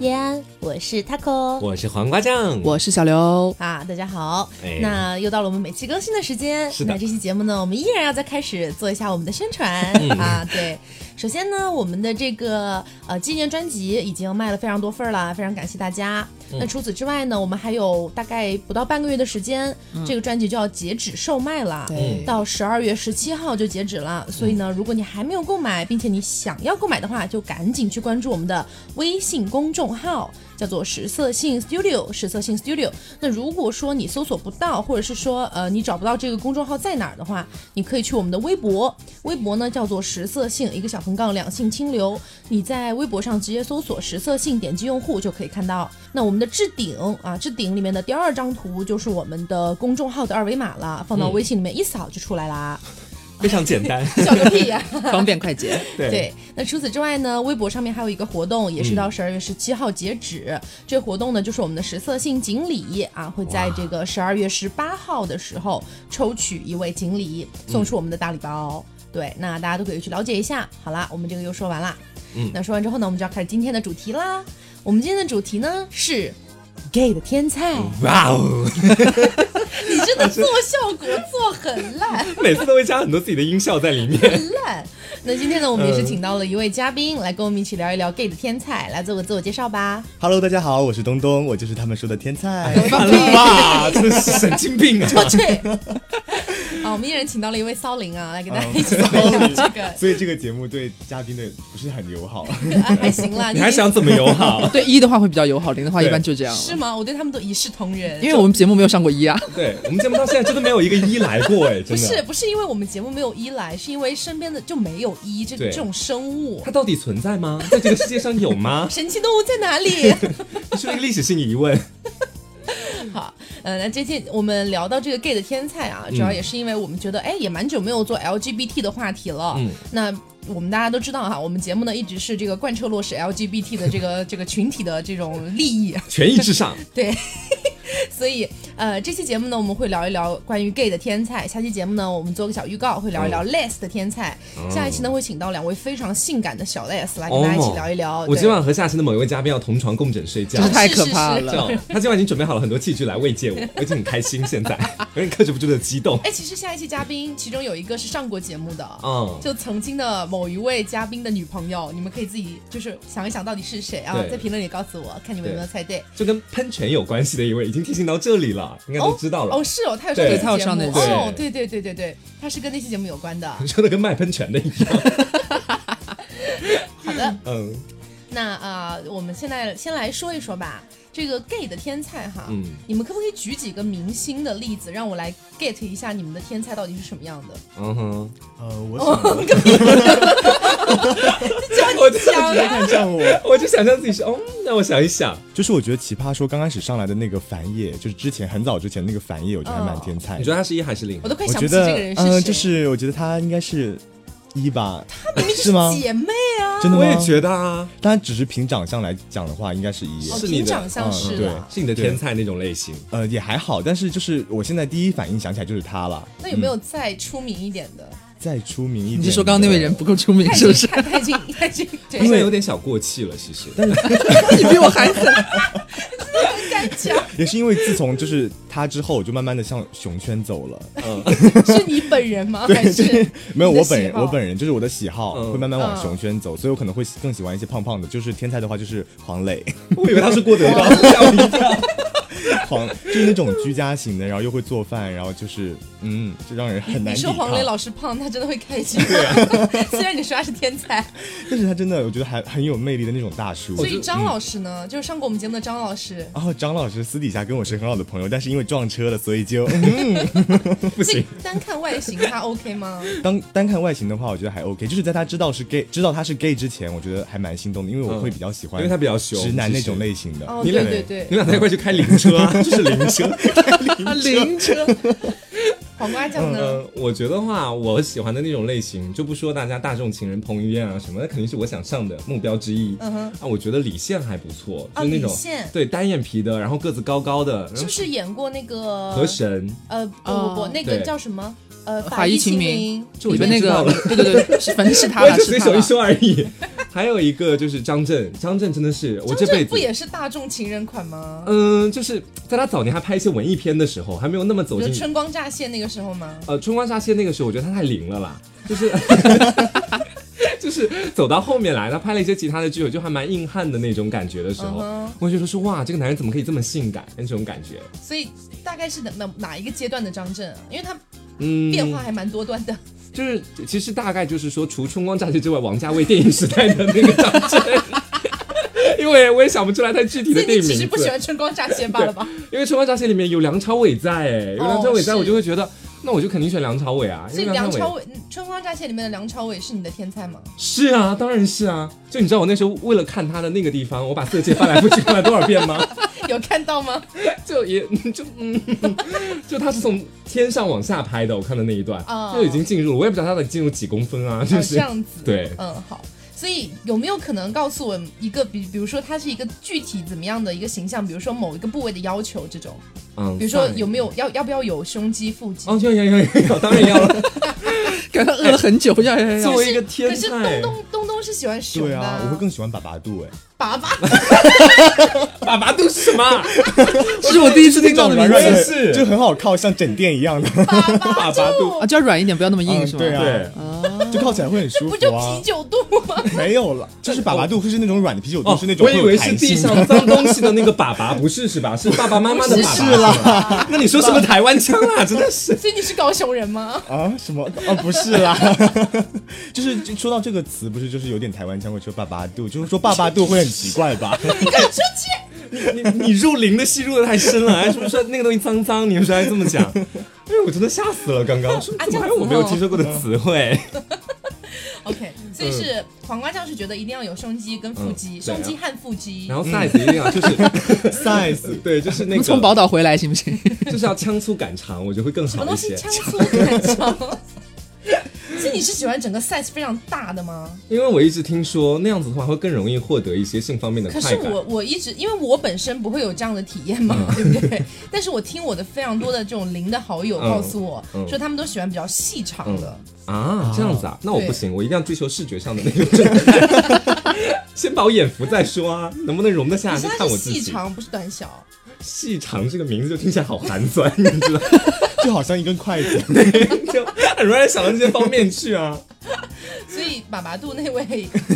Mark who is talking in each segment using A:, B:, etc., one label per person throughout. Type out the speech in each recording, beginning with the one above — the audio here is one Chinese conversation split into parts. A: 叶安，我是 Taco。
B: 我是黄瓜酱，
C: 我是小刘，
A: 啊，大家好！
B: 哎
A: 那又到了我们每期更新的时间。
B: 是的
A: 那这期节目呢，我们依然要再开始做一下我们的宣传
B: 嗯
A: 啊。对，首先呢，我们的这个呃纪念专辑已经卖了非常多份儿了，非常感谢大家。
B: 嗯
A: 那除此之外呢，我们还有大概不到半个月的时间，
B: 嗯
A: 这个专辑就要截止售卖了。
C: 对
A: 到十二月十七号就截止了，所以呢，如果你还没有购买，并且你想要购买的话，就赶紧去关注我们的微信公众号，叫做“实色性 Studio”，实色性 Studio。那如果说你搜索不到，或者是说呃你找不到这个公众号在哪儿的话，你可以去我们的微博，微博呢叫做“实色性”，一个小横杠两性清流。你在微博上直接搜索“实色性”，点击用户就可以看到。那我们的置顶啊，置顶里面的第二张图就是我们的公众号的二维码了，放到微信里面一扫就出来啦。
B: 非常简单。
A: 笑个屁呀、
C: 方便 快捷。
B: 对，嗯
A: 对，那除此之外呢，微博上面还有一个活动，也是到十二月十七号截止。这活动呢，就是我们的十色性锦鲤啊，会在这个十二月十八号的时候抽取一位锦鲤，送出我们的大礼包。对，那大家都可以去了解一下。好啦，我们这个又说完啦。
B: 嗯
A: 那说完之后呢，我们就要开始今天的主题啦。我们今天的主题呢是
B: 嗯
A: gay 的天 菜，
B: 哇哦，
A: 你真的做效果做很烂。
B: 每次都会加很多自己的音效在里面。
A: 烂。那今天呢，我们也
B: 嗯
A: 是请到了一位嘉宾来跟我们一起聊一聊 gay 的天菜，来做个自我介绍吧。
D: Hello，大家好，我是东东，我就是他们说的 天菜。
B: 完了吧，真是神经 病啊！
A: 对， 啊，我们依然请到了一位骚灵啊，来跟大家 一起聊一聊这 个，
D: 所以这个节目对嘉宾的不是很 友好，
A: 啊还行啦。
B: 你还想怎么友好？
C: 对一的话会比较友好，零的话
B: 对
C: 一般就这样
A: 是
C: 了。
A: 吗？我对他们都一视同仁，
C: 因为我们节目没有上过一啊，
B: 对我们节目到现在真的没有一个一来过哎，
A: 不
B: 真
A: 是
B: 的。
A: 不是因为我们节目没有一来，是因为身边的就没有一这
B: 对
A: 这种生物
B: 它。到底存在吗？在这个世界上有吗？
A: 神奇动物在哪 里？
B: 这是一个历史性疑问。
A: 好，呃，那这期我们聊到这个 gay 的天菜
B: 嗯
A: 啊，主要也是因为我们觉得，哎，也蛮久没有做 LGBT 的话题了。
B: 嗯
A: 那我们大家都知道哈，我们节目呢一直是这个贯彻落实 LGBT 的这个这个群体的这种利益，
B: 权益至上，
A: 所以呃，这期节目呢我们会聊一聊关于 gay 的天菜，下期节目呢我们做个小预告，会聊一聊 les 的天菜，下一期呢会请到两位非常性感的小 les 来跟大家一起聊一聊。
B: 我
A: 哦对
B: 今晚和下期的某一位嘉宾要同床共枕睡觉
C: 真。是太
A: 是
C: 可怕
A: 是
B: 这
C: 了。
B: 样，他今晚已经准备好了很多器具来慰藉我，我已经很开心，现在有点克制不住的激动。
A: 哎，其实下一期嘉宾其中有一个是上过节目的，
B: 嗯，
A: 就曾经的某一位嘉宾的女朋友，你们可以自己就是想一想到底是谁啊，
B: 对
A: 在评论里告诉我，看你们有没有猜对。
B: 就跟喷泉有关系的一位，已经提醒到这里了，应该都知道了。
A: 哦，是哦，他有上那
B: 对
A: 期
C: 他有
A: 节
C: 上
A: 目
C: 那
B: 期
A: 哦，对对对对对，他是跟那期节目有关 的。
B: 说的跟卖喷泉的一样。
A: 好的，
B: 嗯
A: 那呃，我们现在先来说一说吧，这个 gay 的天菜哈，
B: 嗯
A: 你们可不可以举几个明星的例子，让我来 get 一下你们的天菜到底是什么样的？
B: 嗯哼，
D: 呃，我想
B: 我就
A: 讲啊
D: 看上我，
B: 我就想象自己是，哦，那我想一想，
D: 就是我觉得奇葩说刚开始上来的那个樊野，就是之前很早之前那个樊野，我觉得还蛮天
A: 哎
D: 才
B: 你觉。得他是一还是零
A: 我？都快
D: 我
A: 想
D: 觉
A: 不起这
D: 得
A: 个人，是谁，
D: 嗯，就是我觉得他应该是一吧，
A: 明明就是
D: 是吗
A: 姐妹啊，
D: 真的
B: 我
D: 吗？
B: 也觉得啊，
D: 但只是凭长相来讲的话，应该是一
A: 哦，，
B: 是你
A: 凭
B: 的
A: 长相
D: 嗯
A: 是
D: 对
A: 了。
B: 是你的天才那种类型。
D: 呃，也还好。但是就是我现在第一反应想起来就是他了。
A: 那有没有再出名一点的？
D: 再出名一点，
C: 你是说刚刚那位人？不够出名
A: 太近
C: 是不是？
A: 太太近太近，对，
B: 因为有点小过气了，其实。
C: 你比我还 狠，
A: 敢讲，
D: 也是因为自从就是他之后，我就慢慢的向熊圈走了。
A: 是你本人吗？还是
D: 没有，
A: 你的
D: 我
A: 喜
D: 本人
A: 好
D: 我本人就是我的喜好、
B: 嗯
D: 会慢慢往
A: 嗯
D: 熊圈走，所以我可能会更喜欢一些胖胖的。就是天才的话，就是黄磊，
B: 我以为他是郭德纲，吓我一跳。
D: 黄就是那种居家型的，然后又会做饭，然后就是嗯，就让人啊很难
A: 你
D: 抵
A: 说
D: 抗。
A: 黄磊老师胖，他真的会开心吗？
D: 啊
A: 虽然你说他是天才，
D: 但是他真的我觉得还很有魅力的那种大叔。
A: 所以张老师呢，就是上过我们节目的张老师，
D: 然后哦张老师私底下跟我是很好的朋友，但是因为撞车了，所以就、 嗯
B: 不行，
A: 单看外形他 OK 吗？
D: 当单看外形的话，我觉得还 OK。就是在他知道是 gay，知道他是 gay 之前，我觉得还蛮心动的，因为我会比较喜
B: 嗯
D: 欢，
B: 因为他比较熊
D: 直男那
B: 其
D: 种
B: 实
D: 类型的。
A: 哦，
B: 你
A: 对
B: 俩
A: 对对
B: 你，俩在一块去开灵车啊， 就是灵车。
C: 零车
A: 黄瓜酱呢？
B: 呃，我觉得话，我喜欢的那种类型，就不说大家大众情人、彭于晏啊什么的，肯定是我想上的目标之一。
A: 嗯哼
B: 啊，我觉得李现还不错，
A: 啊
B: 就那
A: 李
B: 种
A: 现
B: 对单眼皮的，然后个子高高的，
A: 是
B: 然后
A: 不是演过那个
B: 河神，
A: 呃，不不不，
C: 哦
A: 那个
B: 对
A: 叫什么？呃，
C: 法
A: 法
C: 医
A: 医
C: 秦
A: 秦
C: 明
A: 明。
B: 就我
C: 里
B: 已经
C: 面那
B: 知道
C: 个
B: 了，
C: 对对对，是反正是他
B: 我
C: 了，
B: 也就是随
C: 他
B: 手
C: 了
B: 一。说而已。还有一个就是张震，张震真的是我这辈子
A: 不也是大众情人款吗？
B: 嗯，就是在他早年还拍一些文艺片的时候，还没有那么走
A: 就
B: 进
A: 春光乍泄那个时候吗？
B: 呃春光乍泄那个时候，我觉得他太灵了啦，就是 就是走到后面来，他拍了一些其他的剧，我就还蛮硬汉的那种感觉的时候
A: 嗯哼
B: 我就觉得说哇，这个男人怎么可以这么性感那种感觉？
A: 所以大概是哪哪哪一个阶段的张震啊？因为他
B: 嗯，
A: 变化还蛮多端的。
B: 就是其实大概就是说，除春光乍泄之外，王家卫电影时代的那个张震。 因为我也想不出来他具体
A: 所
B: 的
A: 以
B: 电
A: 你
B: 影
A: 只是
B: 名字
A: 哎不，喜欢春光乍泄罢了吧？
B: 因为《春光乍泄》里面有梁朝伟在，哎，有梁朝伟在，
A: 哦是
B: 我就会觉得，那我就肯定选梁朝伟啊，因
A: 所以
B: 为
A: 梁
B: 朝
A: 朝伟，《春光乍泄》里面的梁朝伟是你的天菜吗？
B: 是啊，当然是啊，就你知道我那时候为了看他的那个地方，我把《色戒》翻来覆去看了多少 遍吗？
A: 有看到吗？
B: 就也就嗯，就他是从天上往下拍的，我看的那一段，
A: 哦
B: 就已经进入了，我也不知道他到底进入几公分啊， 就
A: 哦，
B: 是
A: 这样子。
B: 对
A: 嗯，好。所以有没有可能告诉我一个，比比如说他是一个具体怎么样的一个形象，比如说某一个部位的要求这种，
B: 嗯，
A: 比如说
B: 算
A: 有没有要要不要有胸肌、腹肌？
B: 哦，有有有有有，当然 要了。
C: 感觉饿了很久，要要要
B: 作为一个天
A: 可是
B: 才
A: 东，东东东是喜欢熊
D: 对
A: 的、
D: 啊，我会更喜欢爸爸度哎，
A: 爸爸，
B: 爸爸都是什 么？
C: 这是我第一次听到的名字
D: 软软的，
B: 我也是
D: 就很好靠，像枕垫一样的，
A: 爸爸，
B: 爸爸都
C: 啊，就要软一点，不要那么硬，
D: 嗯
C: 是吗？
D: 对
B: 对
D: 啊，
B: 哦
D: 就靠起来会很舒
A: 不 就
D: 服啊
A: 啤。酒肚吗？
D: 没有了，就是爸爸度会是那种软的，啤酒肚
B: 哦
D: 是那，种
B: 我
D: 会
B: 以
D: 有
B: 为是
D: 弹
B: 地
D: 性
B: 上脏东西的那个粑粑，不是是吧？是爸爸妈妈的粑粑。
A: 不是
B: 啦，那你说什么台湾腔啊？真的 是。
A: 所以你是高雄人 吗？
D: 啊什么啊不是啦， 就是就说到这个词，不是就是有点台湾腔会说爸爸度，就是说爸爸度会很奇怪吧？
B: 你你入林的戏入的太深了，哎还说说那个东西脏脏，你们说还这么讲？哎，我真的吓死了，刚刚说
A: 啊
B: 怎么
A: 这样
B: 还有
A: 子
B: 我没有
A: 哦
B: 听说过的词汇？
A: OK，所以是黄瓜酱是觉得一定要有胸肌跟腹肌，
B: 嗯啊
A: 胸肌和腹肌。
B: 然后 size 一定要就是
D: size
B: 对，就是
C: 我
B: 那
C: 们从
B: 个
C: 宝岛回来行不行？
B: 就是要枪粗赶长，我觉得会更
A: 什么
B: 好
A: 东
B: 一
A: 西
B: 些。
A: 枪粗很长？ 所以你是喜欢整个 size 非常大的吗？
B: 因为我一直听说那样子的话会更容易获得一些性方面的
A: 可
B: 快
A: 是
B: 感。
A: 我我一直因为我本身不会有这样的体验嘛，
B: 嗯
A: 对不对？但是我听我的非常多的这种零的好友告诉我、
B: 嗯嗯
A: 说，他们都喜欢比较细长的。
B: 啊，这样子啊，那我
A: 哦对
B: 不行，我一定要追求视觉上的那个状态。 先把我眼福再说啊，能不能容得下
A: 可
B: 就是
A: 它
B: 看
A: 是
B: 我自
A: 细
B: 己。
A: 长，不是短小。
B: 细长这个名字就听起来好寒酸，你知道吗？
D: 就好像一根筷子。
B: 就很容易想到这些方面去啊。
A: 所以粑粑肚那位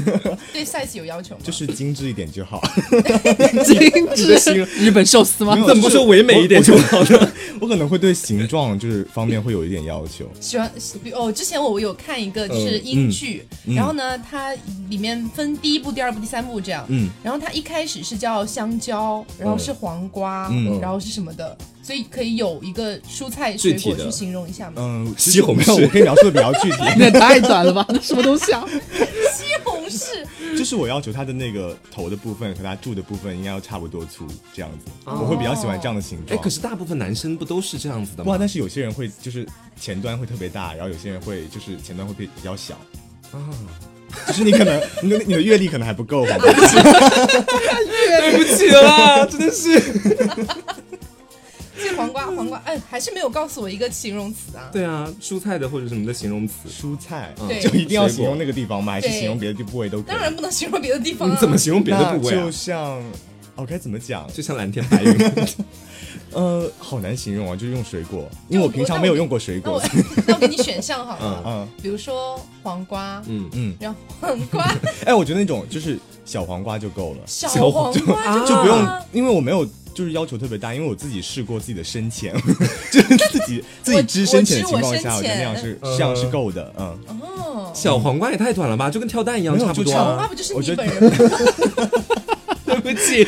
A: 对 size 有要求吗？
D: 就是精致一点就好。
C: 精致日本寿司 吗
D: 没？有
B: 怎么不说唯美一点就好了？
D: 我可能会对形状就是方面会有一点要求。
A: 喜欢比哦，之前我有看一个就是
B: 嗯
A: 英剧，然后呢，它里面分第一部、第二部、第三部这样。
D: 嗯，
A: 然后它一开始是叫香
B: 嗯
A: 蕉，然后是黄瓜，
D: 嗯
A: 然后是什么的，所以可以有一个蔬菜
B: 具
A: 水
B: 体
A: 果
B: 的哦
A: 去形容一下吗？
D: 嗯，
B: 西红柿
D: 没有我可以描述的比较具体，
C: 那也太短了吧，那什么东西啊？
A: 西红柿，
D: 就是我要求它的那个头的部分和它柱的部分应该要差不多粗，这样子，我会比较喜欢这样的形
B: 哎，
D: 状。
B: 可是大部分男生不都是这样子的
D: 哇，
B: 吗？
D: 但是有些人会就是前端会特别大，然后有些人会就是前端会比比较小。
B: 啊，
D: 就是你可能 你的你的阅历可能还不够，好吧？
B: 对不起 啦，真的是。
A: 所以黄 瓜，黄瓜，哎，还是没有告诉我一个形容词啊。
B: 对啊，蔬菜的或者什么的形容词，
D: 蔬菜
B: 嗯
A: 对
D: 就一定要形
B: 水果
D: 容那个地方吗？还是
A: 对
D: 形容别的部位都可以？
A: 当然不能形容别的地方
B: 你
A: 啊。
B: 嗯怎么形容别的部位
D: 那
B: 啊
D: 就？像哦，该怎么讲？
B: 就像蓝天白云，
D: 呃，好难形容啊，就是用水果，因为我平常没有用过水
A: 那
D: 果
A: 我。那我给你选项好了，
B: 嗯
D: 嗯，
A: 比如说黄瓜，
B: 嗯，
D: 嗯，
A: 然后黄瓜，
D: 哎，我觉得那种就是小黄瓜就够了，
A: 小
B: 小
A: 黄瓜
B: 啊
D: 就不用
A: 啊，
D: 因为我没有就是要求特别大，因为我自己试过自己的深浅， 就是自 己自己知深浅的情况下，
A: 我知我
D: 我觉得
A: 深
D: 那
A: 浅
D: 样是
B: 嗯
D: 这样是够的，嗯。
A: 哦。
B: 小黄瓜也太短了吧，就跟跳蛋一样
D: 没有
B: 差不
D: 就
B: 多
A: 小黄
B: 啊
A: 瓜。不就是
D: 我
A: 你
D: 觉得
A: 本人吗？
B: 对不起，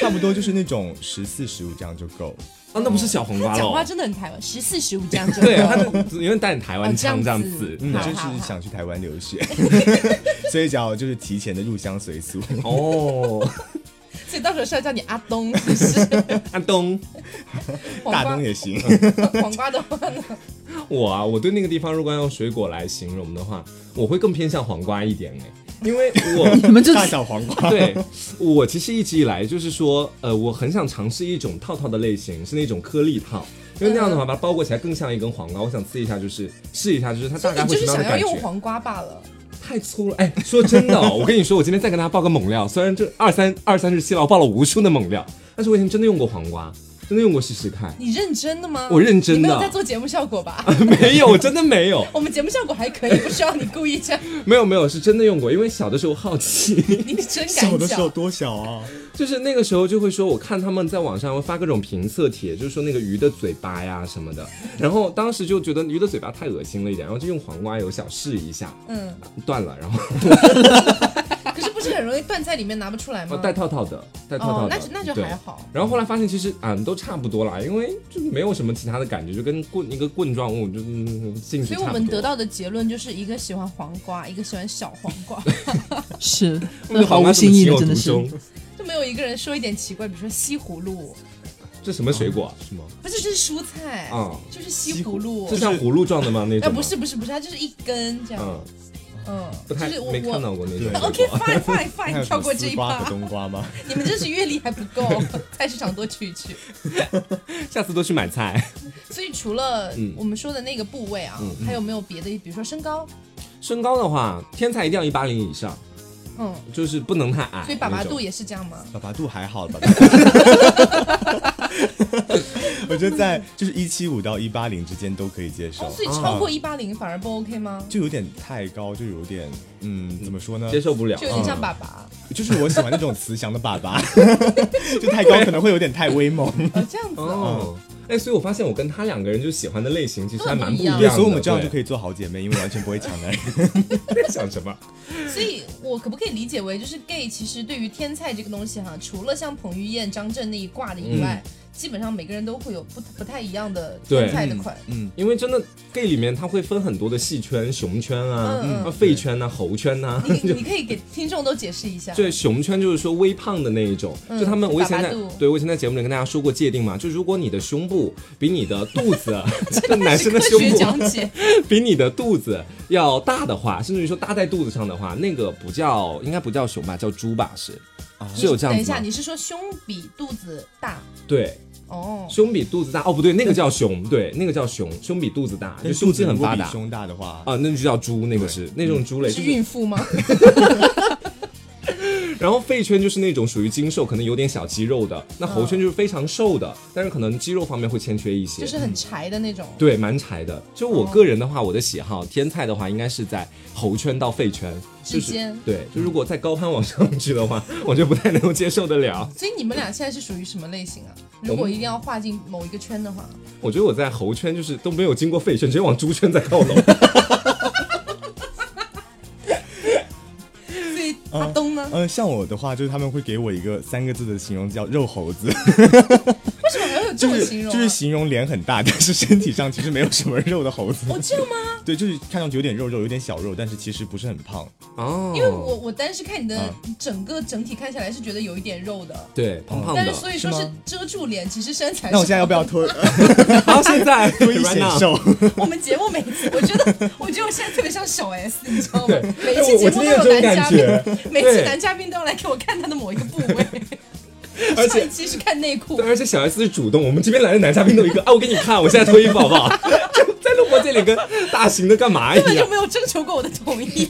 D: 差不多就是那种十四十五这样就够。
B: 啊，那不是小黄瓜
A: 讲
B: 喽
A: 话？真的很台湾，十四十五这样就
B: 对，他
D: 啊
B: 就有点带台湾腔
A: 哦
B: 这
A: 这
B: 样
A: 样
B: 子
A: 子。
D: 嗯，
A: 好
D: 就
A: 好
D: 是
A: 好
D: 想去台湾留学， 所以讲就是提前的入乡随俗。
B: 哦，
A: 所以到时候是要叫你阿东，是不是
B: 安东，
A: 黄
D: 大
A: 瓜嗯呃
D: 东也行，
A: 黄瓜的话呢？
B: 我啊，我对那个地方如果要用水果来形容的话，我会更偏向黄瓜一点哎，因为我
C: 你们这
D: 大小黄 瓜。
B: 对我其实一直以来就是说，呃，我很想尝试一种套套的类型，是那种颗粒套。因为那样的话，把它包裹起来更像一个黄瓜。我想试一下，就是试一下，就是它大概
A: 你
B: 会
A: 就
B: 什
A: 是
B: 么
A: 想
B: 样的
A: 要
B: 感
A: 用
B: 觉？
A: 黄瓜罢了。
B: 太粗了。哎，说真的、哦，我跟你说，我今天再跟大家爆个猛料，虽然这二三二三十期了，我爆了无数的猛料，但是我以前真的用过黄瓜，真的用过试试看。
A: 你认真的吗？
B: 我认真
A: 你没
B: 的
A: 有在做节目效果吧？
B: 没有，我真的没有，
A: 我们节目效果还可以，不需要你故意这样。
B: 没有没有，是真的用过，因为小的时候好奇。
A: 你真敢
D: 小的时候
A: 讲，
D: 多小 啊！
B: 就是那个时候就会说，我看他们在网上会发各种评测帖，就是说那个鱼的嘴巴呀什么的。然后当时就觉得鱼的嘴巴太恶心了一点，然后就用黄瓜油小试一下，
A: 嗯，
B: 断了，然后
A: 可是不是很容易断在里面拿不出来吗？
D: 啊
B: 哦带套套的，带套套
A: 哦，
B: 的，
A: 那就那就
B: 对
A: 还。好。
B: 然后后来发现其实啊、都差不多啦，因为就没有什么其他的感觉，就跟棍一个棍状物就、嗯、性质
A: 所以
B: 差
A: 我
B: 不
A: 们
B: 多
A: 得。到的结论就是一个喜欢黄瓜，一个喜欢小黄瓜，
C: 是，
B: 我们的黄
C: 毫无
B: 瓜怎
C: 新
B: 么
C: 意
B: 情
C: 的，
B: 有
C: 真
B: 独
C: 的是。
B: 钟？
A: 就没有一个人说一点奇怪，比如说西葫芦，
B: 这什么水果？
D: 是吗？
A: 不是这是蔬菜，
B: 嗯
A: 就是西葫芦
B: 是。像葫芦状的吗？那种
A: 哎，
B: 吗
A: 不是不是不是，它就是一根这样，
B: 嗯，
A: 嗯，
B: 不太
A: 就是我
B: 没看
A: 我。
B: 到过那
D: 对
B: 种。
A: OK fine fine
D: 还有
A: fine，
D: 什
A: 哎跳过
D: 么
A: 这
D: 丝
A: 一
D: 瓜和
A: 趴，
D: 冬 瓜吗？
A: 你们真是阅历还不够，菜市场多去一去。
B: 下次多去买菜。
A: 所以除了
B: 嗯
A: 我们说的那个部位啊，还有没有别的？比如说身高，
B: 身高的话，天才一定要一八零以上，
A: 嗯，
B: 就是不能太矮。
A: 所以粑粑肚
B: 也
A: 也是这样吗？
D: 爸爸肚还好吧？爸 爸我觉得在就是一七五到一八零之间都可以接受
A: 哦，，所以超
B: 啊
A: 过一八零反而不 OK 吗？
D: 就有点太高，就有点嗯，怎么说呢？
B: 接受不了
A: 就。有点像粑粑，
D: 就是我喜欢那种慈祥的爸爸，就太高可能会有点太威猛。
A: 呃，这样子啊。
D: 嗯
B: 哦，哎，所以我发现我跟他两个人就喜欢的类型其实还蛮不一样
D: 对，
B: 的。
D: 所以我们这样就
B: 对
D: 可以做好姐妹，因为完全不会抢男人。
B: 想什么？
A: 所以，我可不可以理解为，就是 gay 其实对于天菜这个东西哈，除了像彭于晏、张震那一挂的以外，
D: 嗯
A: 基本上每个人都会有不不太一样的天菜的款。
D: 嗯，
B: 因为真的 gay 里面它会分很多的戏圈、熊圈啊、
A: 嗯嗯
B: 啊肺圈呐、啊、猴圈呐、
D: 嗯
B: 啊。
A: 你你可以给听众都解释一下。
B: 对，熊圈就是说微胖的那一种，
A: 嗯
B: 就他们我以前在
A: 粑粑肚
B: 对我以前在节目里跟大家说过界定嘛，就如果你的胸部比你的肚子， 就 男生的
A: 科
B: 胸
A: 学
B: 部
A: 讲 解，
B: 比你的肚子要大的话，甚至于说搭在肚子上的话，那个不叫应该不叫熊吧，叫猪吧是，是有这样
A: 等一
B: 子
A: 下，
B: 吗？
A: 你是说胸比肚子大？
B: 对，
A: 哦，
B: 胸比肚子大哦，不对，那个叫熊，对，那个叫熊，胸比哎肚子大，就
D: 但
B: 胸肌
D: 如
B: 很
D: 果
B: 发
D: 比
B: 达
D: 胸大的话，
B: 啊，那就叫猪，那个是那种猪类，
A: 是
B: 就
A: 孕
B: 是
A: 妇吗？
B: 然后肺圈就是那种属于精瘦，可能有点小肌肉的，
A: 嗯
B: 那猴圈就是非常瘦的，但是可能肌肉方面会欠缺一 些，
A: 就是很柴的那种。
B: 对，蛮柴的。就
A: 哦
B: 我个人的话，我的喜好天菜的话，应该是在猴圈到肺圈就
A: 之
B: 是
A: 间
B: 对，就如果再高攀往上去的话，我就不太能够接受得了。
A: 所以你们俩现在是属于什么类型啊？如果一定要划进某一个圈的话，
B: 我觉得我在猴圈就是都没有经过肺圈，直接往猪圈在 靠拢。
A: 所以阿东呢？
D: 嗯，像我的话，就是他们会给我一个三个字的形容，叫“肉猴子
A: 为什么还会有”，这
D: 就
A: 种
D: 是
A: 形容、啊
D: 就是形容脸很大，但是身体上其实没有什么肉的猴子。
A: 哦，这样吗？
D: 对，就是看上去有点肉肉，有点小肉，但是其实不是很胖，
B: 哦，
A: 因为我我单是看你的整个整体看下来是觉得有一点肉的，
B: 对胖胖
A: 但
B: 的
A: 是，所以说
D: 是
A: 是
D: 吗
A: 遮住脸，其实身材。
D: 那我现在要不要？脱
B: 然后 现在
D: 脱衣
B: right
D: 显
B: now
D: 瘦？
A: 我们节目每次，我觉得我觉得我现在特别像小 S，你知道吗？每一
B: 哎
A: 期
B: 我
A: 节目都
B: 我
A: 有
B: 今天有这种
A: 男嘉
B: 感
A: 宾，每一期
B: 对
A: 男嘉宾都要来给我看他的某一个部位。上
B: 而且
A: 一期是看内裤
B: 对，，而且小 S 是主动，我们这边来的男嘉宾都一个啊，我给你看，我现在脱衣服好不好？ 就在录播间里跟大型的干嘛一
A: 根本就
B: 样，
A: 没有征求过我的同意。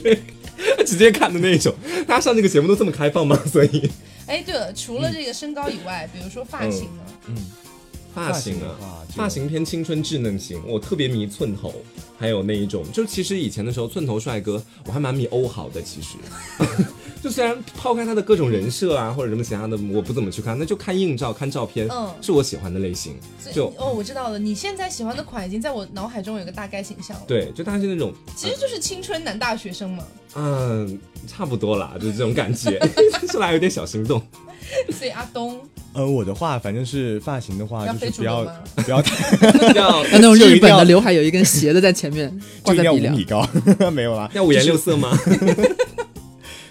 B: 直接看的那种。大家上这个节目都这么开放吗？所以
A: 哎，对了，除了这个身高以外，比如说发型呢？
B: 发型
D: 的
B: 啊，
D: 话就
B: 发型偏青春稚嫩型，我特别迷寸头，还有那一种，就是其实以前的时候，寸头帅哥我还蛮迷欧豪的，其实。 就虽然抛开他的各种人设啊，或者什么其他的，我不怎么去看，那就看硬照、看照片，
A: 嗯
B: 是我喜欢的类型。
A: 所以
B: 就
A: 哦，我知道了，你现在喜欢的款已经在我脑海中有个大概形象了。，
B: 对，就他是那种，
A: 其实就是青春男大学生嘛。
B: 嗯，差不多啦，就是这种感觉， 说来有点小心动。
A: 所以阿东
D: 呃，我的话，反正是发型的话，
A: 要
D: 就
A: 非
D: 是
A: 主
D: 不
A: 流
D: 要
A: 吗
D: 不要太
B: 要
C: 那种
D: 就一
C: 日
D: 定
C: 本
D: 要
C: 的刘海有一根斜的在前面 挂
D: 就一定
C: 在
D: 要
C: 鼻
D: 五
C: 梁，
D: 米高，没有啦，
B: 要五颜六色吗？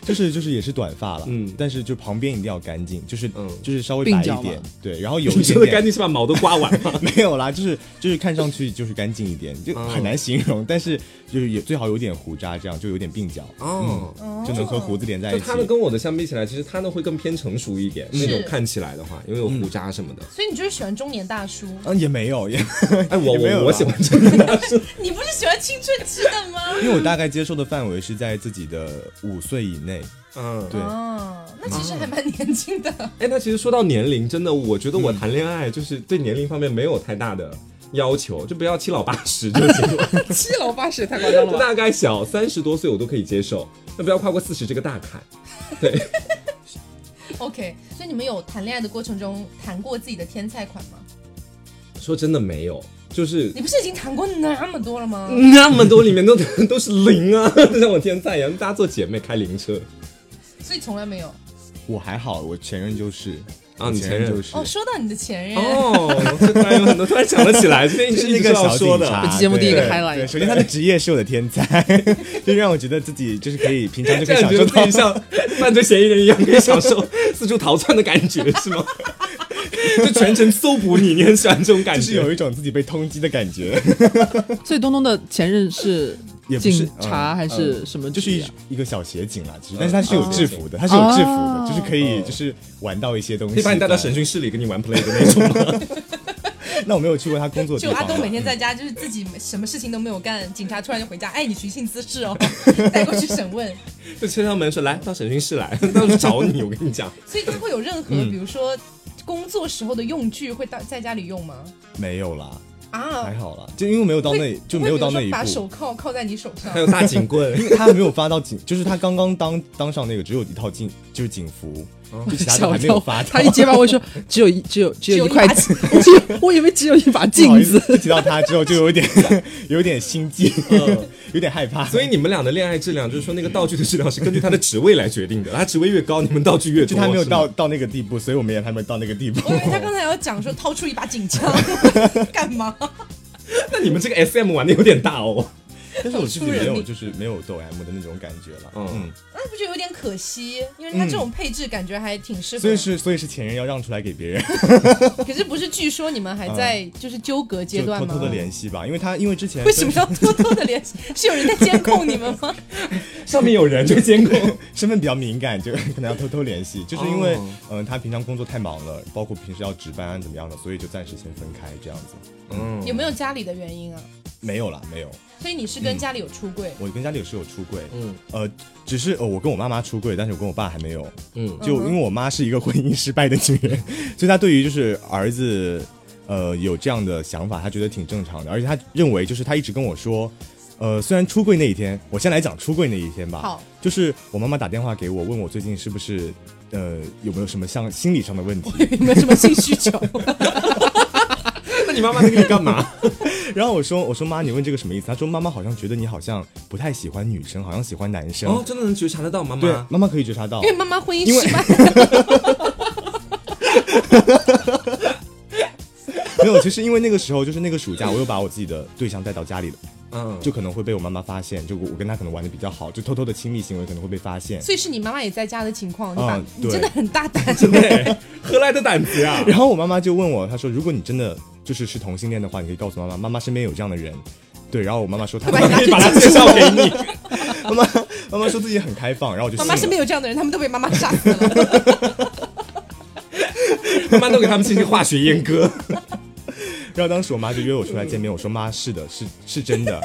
D: 就是就是也是短发了，
B: 嗯
D: 但是就旁边一定要干净，就是
B: 嗯
D: 就是稍微
C: 鬓
D: 白
C: 角
D: 一点
C: 嘛，
D: 对，然 后有一
B: 你
D: 点
B: 说的
D: 点
B: 干净是把毛都刮完吗？
D: 没有啦，就是就是看上去就是干净一点，就
B: 哦
D: 很难形容，但是就是也最好有点胡渣，这样就有点鬓角，
B: 哦。
D: 就能和胡子连在
B: 就
D: 一起
B: 他。的跟我的相比起来，其实他的会更偏成熟一点，那
A: 是
B: 种看起来的话，因为有胡渣什么的。
A: 所以你就是喜欢中年大叔，
D: 嗯，也没有，也
B: 哎，我
D: 也没
B: 我
D: 有啦
B: 我喜欢这个 大叔，
A: 你不是喜欢青春期的吗？
D: 因为我大概接受的范围是在自己的五岁以内，
B: 嗯，
D: 对，
A: 哦，那其实还蛮年轻的。
B: 哎，那其实说到年龄，真的，我觉得
D: 嗯
B: 我谈恋爱就是对年龄方面没有太大的要求，就不要七老八十就行了，
C: 七老八十太夸张
B: 就？大概 小三十多岁我都可以接受，那不要跨过四十这个大坎。对，
A: OK，所以你们有谈恋爱的过程中谈过自己的天菜款吗？
B: 说真的没有，就是
A: 你不是已经谈过那么多了吗？
B: 那么多里面都都是零啊， 像我天菜一样，大家做姐妹开零 车
A: 所以从来没有。
D: 我还好，我前任就是
B: 啊
D: 我
B: 你前
D: 前
B: 任
D: 就是
A: 哦，说到你的前任，
B: 哦，这突然有很多突然想了起 来，这
D: 哎是那个
B: 要
D: 小
B: 说
D: 警
B: 的，
D: 察，
C: 本期节目第一个
D: 对
C: highlight
D: 对首先，他的职业是我的天才，就让我觉得自己就是可以平常就可
B: 这
D: 以
B: 样觉
D: 享受
B: 得自
D: 到
B: 己像 犯罪嫌疑人一样，可以享受四处逃窜的感觉，是吗？就全程搜捕你，你很喜欢这种感
D: 就是
B: 觉。
D: 有一种自己被通缉的感觉，
C: 所以东东的前任是
D: 也不是嗯
C: 警察还是什么
D: 就
C: 职
D: 是
C: 业
D: 一
C: 啊？
D: 一个小协警啦，其实，
B: 嗯
D: 但是他是有制服的，他是有制服的，就是可以就是玩到一些东西。
B: 可以把你带到审讯室里，跟你玩 play 的那种吗？
D: 那我没有去过他工作的
A: 就
D: 地
A: 阿
D: 方
A: 东每
D: 啦。
A: 天在家就是自己什么事情都没有干，警察突然就回家，哎，你寻衅滋事 哦，带过去审问。
B: 就敲敲门说来到审讯室来，到处找你。我跟你讲，
A: 所以他会有任何，
D: 嗯
A: 比如说工作时候的用具会到在家里用吗？
D: 没有啦，
A: 啊
D: 还，好啦，就因为没有到那
A: 会
D: 就没有到
A: 会
D: 那
A: 比
D: 一
A: 如说把手
D: 步。
A: 铐铐在你手上
B: 还。有大警棍，
D: 因为他还没有发到警，就是他刚刚当当上那个，只有一套警，就是警服，就其他
C: 吓
D: 都
C: 我
D: 还没有
C: 跳
D: 发到。
C: 他一结巴， 我说只有一只有只有
A: 有
C: 一
A: 一
C: 块
A: 把
C: 镜， 只有我以为只有一把
D: 不好
C: 镜
D: 意思
C: 子。
D: 一提到他之后就有 点有点心悸，有点害怕。
B: 所以你们俩的恋爱质量，就是说那个道具的质量是根据他的职位来决定的。他职位越高，你们道具越
D: 就
B: 多。
D: 他没有
B: 是吗
D: 到到那个地步，所以我们也还没有到那个地步。
A: 我以为他刚才要讲说掏出一把警枪 干嘛？
B: 那你们这个 S M 玩的有点大哦。
D: 但是我自己
A: 突然
D: 没有
A: 你
D: 就是没有抖 M 的那种感觉了。
B: 嗯
D: 嗯，
A: 那不就有点可惜？因为他这种配置感觉还挺适合。
D: 所以是所以是前任要让出来给别人，
A: 可是不是？据说你们还在就是纠葛阶
D: 啊就
A: 段
D: 偷
A: 吗？
D: 偷的联系吧，因为他因为之前
A: 为什么要偷偷的联系？是有人在监控你们 吗？
B: 上面有人就监控，
D: 身份比较敏感，就可能要偷偷联系，就是因为
B: 哦
D: 嗯、他平常工作太忙了，包括平时要值班啊怎么样的，所以就暂时先分开这样子。
B: 嗯，
A: 有没有家里的原因啊？
D: 没有啦，没有，
A: 所以你是跟家里有出柜？
D: 我跟家里有是有出柜，
B: 嗯
D: 呃，只是呃我跟我妈妈出柜，但是我跟我爸还没有。
B: 嗯
D: 就因为我妈是一个婚姻失败的女人， 所以她对于就是儿子，呃，有这样的想法，她觉得挺正常的，而且她认为就是她一直跟我说，呃，虽然出柜那一天，我先来讲出柜那一天吧，
A: 好，
D: 就是我妈妈打电话给我，问我最近是不是，呃，有没有什么像心理上的问题，
A: 有没有什么性需 求？
D: 哦
B: 那你妈妈那个你干嘛？
D: 然后我说我说妈，你问这个什么意思？她说妈妈好像觉得你好像不太喜欢女生，好像喜欢男生，
B: 哦，真的能觉察得到妈
D: 对，
B: 妈？
D: 妈妈可以觉察到
A: 因，为妈妈婚姻
D: 因为
A: 失败，
D: 没有，其实因为那个时候就是那个暑假，我又把我自己的对象带到家里了。
B: 嗯，
D: 就可能会被我妈妈发现，就我我跟她可能玩的比较好，就偷偷的亲密行为可能会被发现。
A: 所以是你妈妈也在家的情况，你把
D: 嗯
A: 你
D: 对
A: 真的很大胆。
B: 对，何来的胆子啊呀？
D: 然后我妈妈就问我，她说如果你真的就是是同性恋的话，你可以告诉妈妈，妈妈身边有这样的人。对，然后我妈妈说她
A: 会把你
D: 妈
A: 拉去
B: 把他介绍给你，
D: 妈妈妈说自己很开放，然后我就
A: 妈妈身
D: 信了。
A: 边有这样的人，他们都被妈妈杀死了。
B: 妈妈都给他们进行化学阉割。
D: 然后当时我妈就约我出来见面，我说妈是的，是是真的。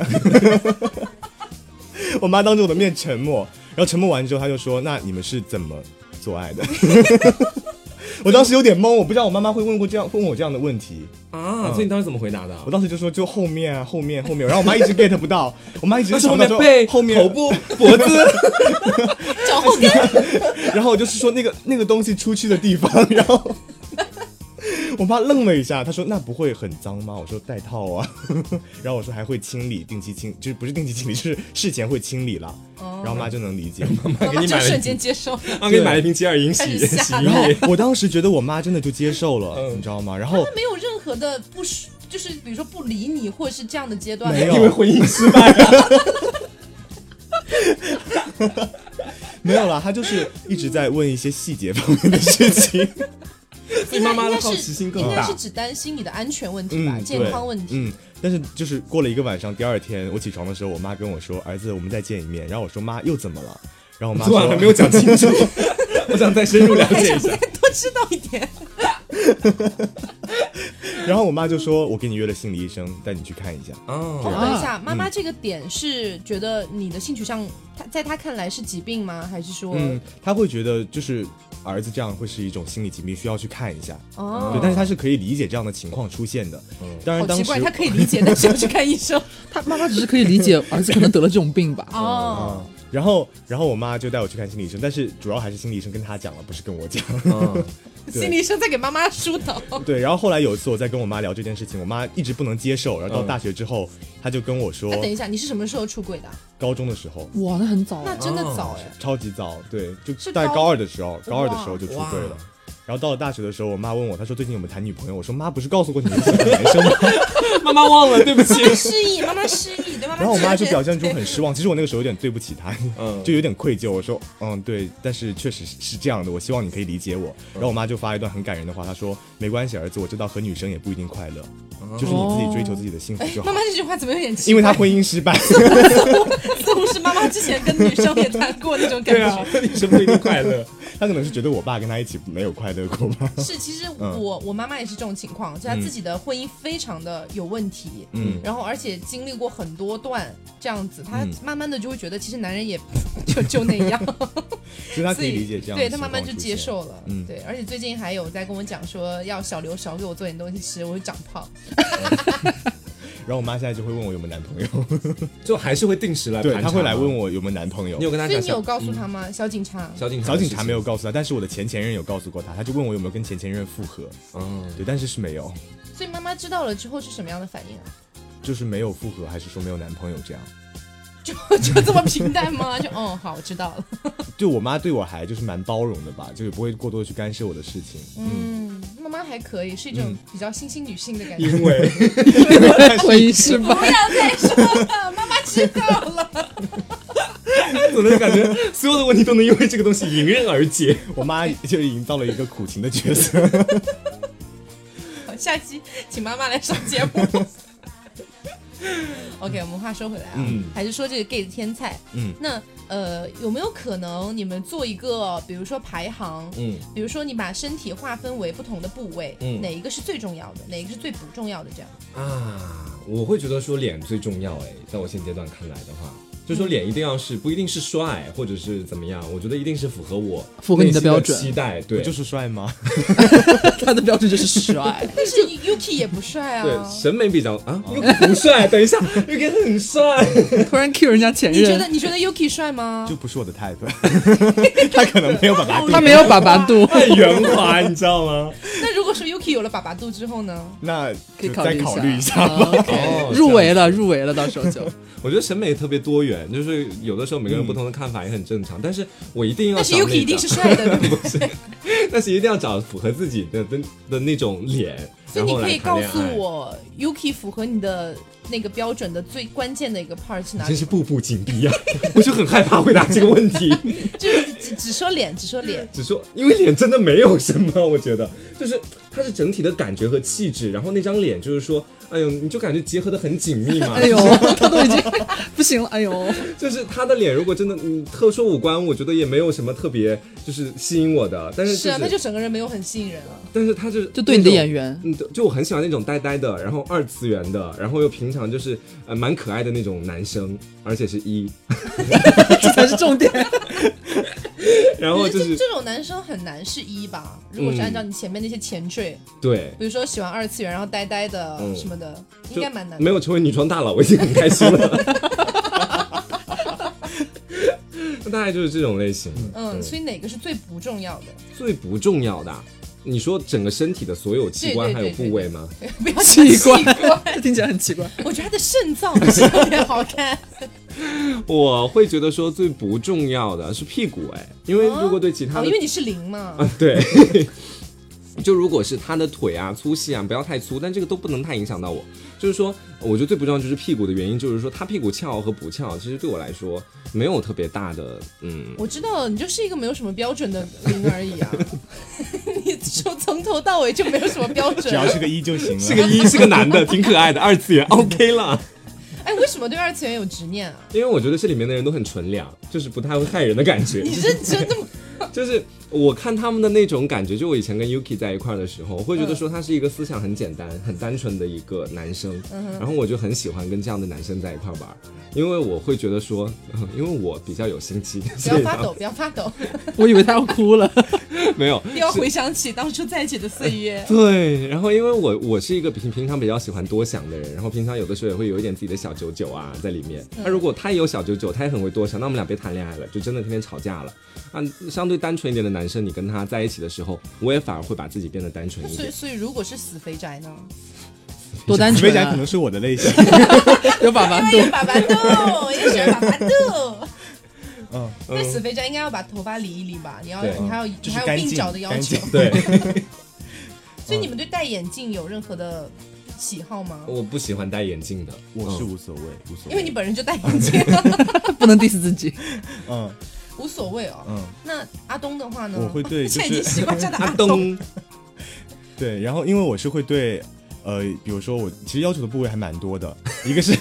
D: 我妈当着我的面沉默，然后沉默完之后，她就说那你们是怎么做爱的？ 我当时有点懵，我不知道我妈妈会问过这样问我这样的问题。
B: 啊，所以你当时怎么回答的？
D: 我当时就说就后面啊，后面后面，然后我妈一直 get 不到，我妈一直想到说后面，
B: 部、脖子，
A: 脚后跟，
D: 然后我就是说那个那个东西出去的地方，然 后我妈愣了一下，她说那不会很脏吗？我说带套啊， 然后我说还会清理，定期清就是不是定期清理，就是事前会清理啦，
B: 哦
D: 然后我妈就能理解。
A: 哦 妈妈
B: 给你
A: 就
B: 买了
A: 瞬间接受了。
B: 啊，给你买了一瓶吉尔银 洗
A: 开始
B: 洗
A: 吓
B: 衣
D: 然后
B: 液。
D: 我当时觉得我妈真的就接受了，
B: 嗯
D: 你知道吗？然后
A: 他没有任何的不舒，就是比如说不理你，或者是这样的阶段。
D: 没有
B: 因为婚姻失败了，
D: 没有啦，他就是一直在问一些细节方面的事 情。
B: 对妈妈的好奇心更
A: 应该
B: 大
A: 是。只担心你的安全问题吧，
D: 嗯，
A: 健康问题。
D: 对嗯，但是就是过了一个晚上，第二天我起床的时候，我妈跟我说：“儿子，我们再见一面。”然后我说：“妈，又怎么了？”然后我妈
B: 昨
D: 说：“
B: 晚还没有讲清楚， 我想再深入了 解一下。
A: 多知道一点。
D: 然后我妈就说：“我给你约了心理医生，带你去看一下。
B: 哦，
A: 我问一
D: 嗯
A: 下，妈妈这个点是觉得你的性取向，她在她看来是疾病吗？还是”说，
D: 嗯，她会觉得就是儿子这样会是一种心理疾病，需要去看一下。对，
A: 哦，
D: 但是她是可以理解这样的情况出现的。当然
A: 好
D: 当
A: 奇
D: 时
A: 怪，她可以理解，但是要去看医 生。。
C: 他妈妈只是可以理解儿子可能得了这种病吧
A: 哦，
D: 然后，然后我妈就带我去看心理医生，但是主要还是心理医生跟她讲了，不是跟我讲。
B: 嗯
D: 对哦
A: 心理医生在给妈妈疏导。
D: 对，然后后来有一次我在跟我妈聊这件事情，我妈一直不能接受，然后到
B: 嗯
D: 大学之后，她就跟我说
A: 那，哎等一下，你是什么时候出轨的？
D: 高中的时候
C: 哇，那很早
A: 那
C: 哎。
A: 真的早哎。
D: 超级早，对，就是大概
A: 高
D: 高二的时候，高二的时候就出
B: 哇
D: 柜了。然后到了大学的时候，我妈问我，她说最近有没有谈女朋友？我说妈，不是告诉过你们喜欢男 生吗？
B: 妈妈忘了，对 不起。
A: 失忆，妈妈失忆，对妈妈。
D: 然后我妈就表现出很失望。其实我那个时候有点对不起她，
B: 嗯
D: 就有点愧疚。我说，嗯，对，但是确实是是这样的，我希望你可以理解
B: 嗯
D: 我。然后我妈就发一段很感人的话，她说：“没关系，儿子，我知道和女生也不一定快乐，就是你自己追求自己的幸福就好
A: 妈。妈这句话怎么有点奇怪？
D: 因为她婚姻失败，
A: 似乎是妈妈之前跟女生也谈过那种感
B: 对
A: 觉。
B: 啊，你生不一定快乐。
D: 她可能是觉得我爸跟她一起没有快乐过吧。
A: 是，其实我、
D: 嗯
A: 我妈妈也是这种情况，就她自己的婚姻非常的有问题，
D: 嗯
A: 然后而且经历过很多段这样子，她慢慢的就会觉得其实男人也 就就那样，
D: 所以 她可
A: 所
D: 以理解这样
A: 对
D: 的情况出现。
A: 她慢慢就接受了，
D: 嗯
A: 对，而且最近还有在跟我讲说要小刘少给我做点东西吃，我会长胖，
D: 然后我妈现在就会问我有没有男朋友，
B: 就还是会定时来盘
D: 对，
B: 查。
D: 她会来问，我有没有男朋友
B: 你。有跟他
A: 所以
B: 讲
A: 你有
B: 小
A: 告诉他吗？小警察，
B: 小警察
D: 嗯小警察没
B: 有，
D: 有告诉她，但是我的前前任有告诉过她，她就问我有没有跟前前任复合，
B: 嗯，
D: 对，但是是没有，
A: 所以妈妈知道了之后是什么样的反应啊？
D: 就是没有复合，还是说没有男朋友这样。
A: 就就这么平淡吗？就哦，好，我知道了，
D: 就我妈对我还就是蛮包容的吧，就也不会过多地去干涉我的事 情。
A: 嗯，妈妈还可以，是一种比较新兴女性的感觉。
B: 因 为
C: 婚姻失败，
A: 不要再说了，妈妈知道了。
B: 总的感觉所有的问题都能因为这个东西迎刃而解。
D: 我妈就营造了一个苦情的角色。
A: 好下期请妈妈来上节目。OK，我们话说回来啊，
D: 嗯
A: 还是说这个 gay 的天菜。
D: 嗯，
A: 那呃，有没有可能你们做一个，比如说排行，
B: 嗯，
A: 比如说你把身体划分为不同的部位，
B: 嗯
A: 哪一个是最重要的，哪一个是最不重要的？这样，
B: 啊，我会觉得说脸最重要哎，在我现阶段看来的话，就说脸一定要是不一定是帅或者是怎么样，我觉得一定是符合我
C: 符合你的
B: 内心
C: 标准
B: 期待，对，
D: 我就是帅 吗？
C: 他的标准就是帅。
A: 但是 Yuki 也不帅啊，
B: 对审美比较啊，又不帅，等一下 又给很帅，
C: 突然 Q 人家前
A: 你觉
C: 任
A: 得，你觉得 Yuki 帅吗
D: 就？不是我的 type，他可能没有把它定。
C: 他没有把把度，
B: 太圆滑，你知道吗？
A: 那如果说 Yuki 有了爸爸肚之后呢？
D: 那
C: 可以
D: 就再考
C: 考
D: 虑
C: 虑
D: 一
C: 一
D: 下
C: 下。
D: 吧。
C: 啊 OK，
B: 哦
C: 入围了，入围了，到时候就
B: 我觉得审美特别多元，就是有的时候每个人有不同的看法也很正常，但是我一定要
A: 但是
B: 找那
A: Yuki 一定
B: 个
A: 是帅的，对 不对？
B: 但是一定要找符合自己的的的那种脸，
A: 所以
B: 然
A: 你
B: 后
A: 可
B: 来
A: 以
B: 谈
A: 告
B: 恋
A: 诉
B: 爱。
A: 我，Yuki 符合你的那个标准的最关键的一个 part 是哪
B: 真
A: 里？
B: 是步步紧逼呀、 我就很害怕回答这个问题。
A: 就是只只说脸，只说脸。
B: 只说，因为脸真的没有什么，我觉得就是它是整体的感觉和气质，然后那张脸就是说，哎呦，你就感觉结合的很紧密嘛。
C: 哎呦，他都已经 不行了，哎呦，
B: 就是他的脸，如果真的嗯特殊五官，我觉得也没有什么特别就是吸引我的， 但是、就是
A: 啊，他就整个人没有很吸引人啊。
B: 但是他是
C: 就对你的
B: 那种
C: 演员
B: 嗯，对就我很喜欢那种呆呆的，然后二次元的，然后又平常就是呃蛮可爱的那种男生，而且是一，
C: 这才是重点。
B: 然后
A: 我觉
B: 就
A: 得
B: 是
A: 这这种男生很难是一吧？如果是按照你前面那些前缀，
B: 对，
A: 比如说喜欢二次元，然后呆呆的
B: 嗯
A: 什么的，应
B: 就
A: 该蛮难
B: 没
A: 的。
B: 有成为女装大佬，我已经很开心 了。那大概就是这种类型，
A: 嗯，所以哪个是最不重要的？
B: 最不重要的啊、你说整个身体的所有器官
A: 对
B: 还
A: 对
B: 有
A: 对
B: 部位吗？
A: 不要 讲
C: 奇怪
A: 怪，
C: 这听起来很奇怪。
A: 我觉得他的肾脏不是特别好看。
B: 我会觉得说最不重要的是屁股，哎，因为如果对其 他
A: 哦，
B: 的
A: 因为你是零嘛。
B: 啊，对。 就如果是他的腿啊粗细啊，不要太粗，但这个都不能太影响到我。就是说，我觉得最不重要就是屁股的原因，就是说他屁股翘和不翘，其实对我来说没有特别大的，嗯，
A: 我知道你就是一个没有什么标准的零而已啊， 你从从头到尾就没有什么标
D: 只要
A: 准。
D: 是个一就行了。
B: 是个一，是个男 的，挺可爱的，二次 元 OK 啦。
A: 哎，为什么对二次元有执念 啊？
B: 因为我觉得这里面的人都很纯良，就是不太会害人的感 觉。
A: 你认真 的吗？
B: 就是我看他们的那种感觉，就我以前跟 Yuki 在一块儿的时候，我会觉得说他是一个思想很简单、很单纯的一个男生，然后我就很喜欢跟这样的男生在一块儿玩儿，因为我会觉得说， 嗯因为我比较有心机，
A: 不
B: 所
A: 要
B: 以
A: 发
B: 呢
A: 抖，不要发抖，
D: 啊
C: 我以为他要哭了。
B: 没有
A: 又要回想起当初在一起的岁月。
B: 对，然后因为我我是一个平平常比较喜欢多想的人，然后平常有的时候也会有一点自己的小九九啊在里面。那如果他也有小九九，他也很会多想，那我们俩别谈恋爱了，就真的天天吵架了。啊，相对单纯一点的男生，你跟他在一起的时候，我也反而会把自己变得单纯一
A: 所以，
B: 点。
A: 所以如果是死肥宅呢？
C: 多单
D: 紫薇
C: 纯
D: 讲可
C: 啊！
D: 能是我的类型，
C: 有粑粑
A: 也
C: 肚，
A: 把把 豆，也喜欢把把豆。
D: 嗯，
A: 那死肥宅应该要把头发理一理吧？你要，
B: 对
A: 你还有，
D: 就
A: 你
D: 是
A: 还有
D: 干
A: 鬓
D: 净
A: 角的要
D: 干
A: 求
D: 净。嗯
B: 对，
A: 所以你们对戴眼镜有任何的喜好吗？
B: 我不喜欢戴眼镜的，
D: 我是
B: 嗯
D: 无所谓，无所谓，
A: 因为你本人就戴眼镜，啊
C: 不能 diss 自己。
D: 嗯
A: 无所谓哦。
D: 嗯，
A: 那阿东的话呢？
D: 我会对
A: 嗯 现
D: 就
A: 在已经
D: 是
A: 习惯叫他啊
B: 阿
A: 阿东。
B: 东，
D: 对，然后因为我是会对。呃，比如说我其实要求的部位还蛮多的， 一个是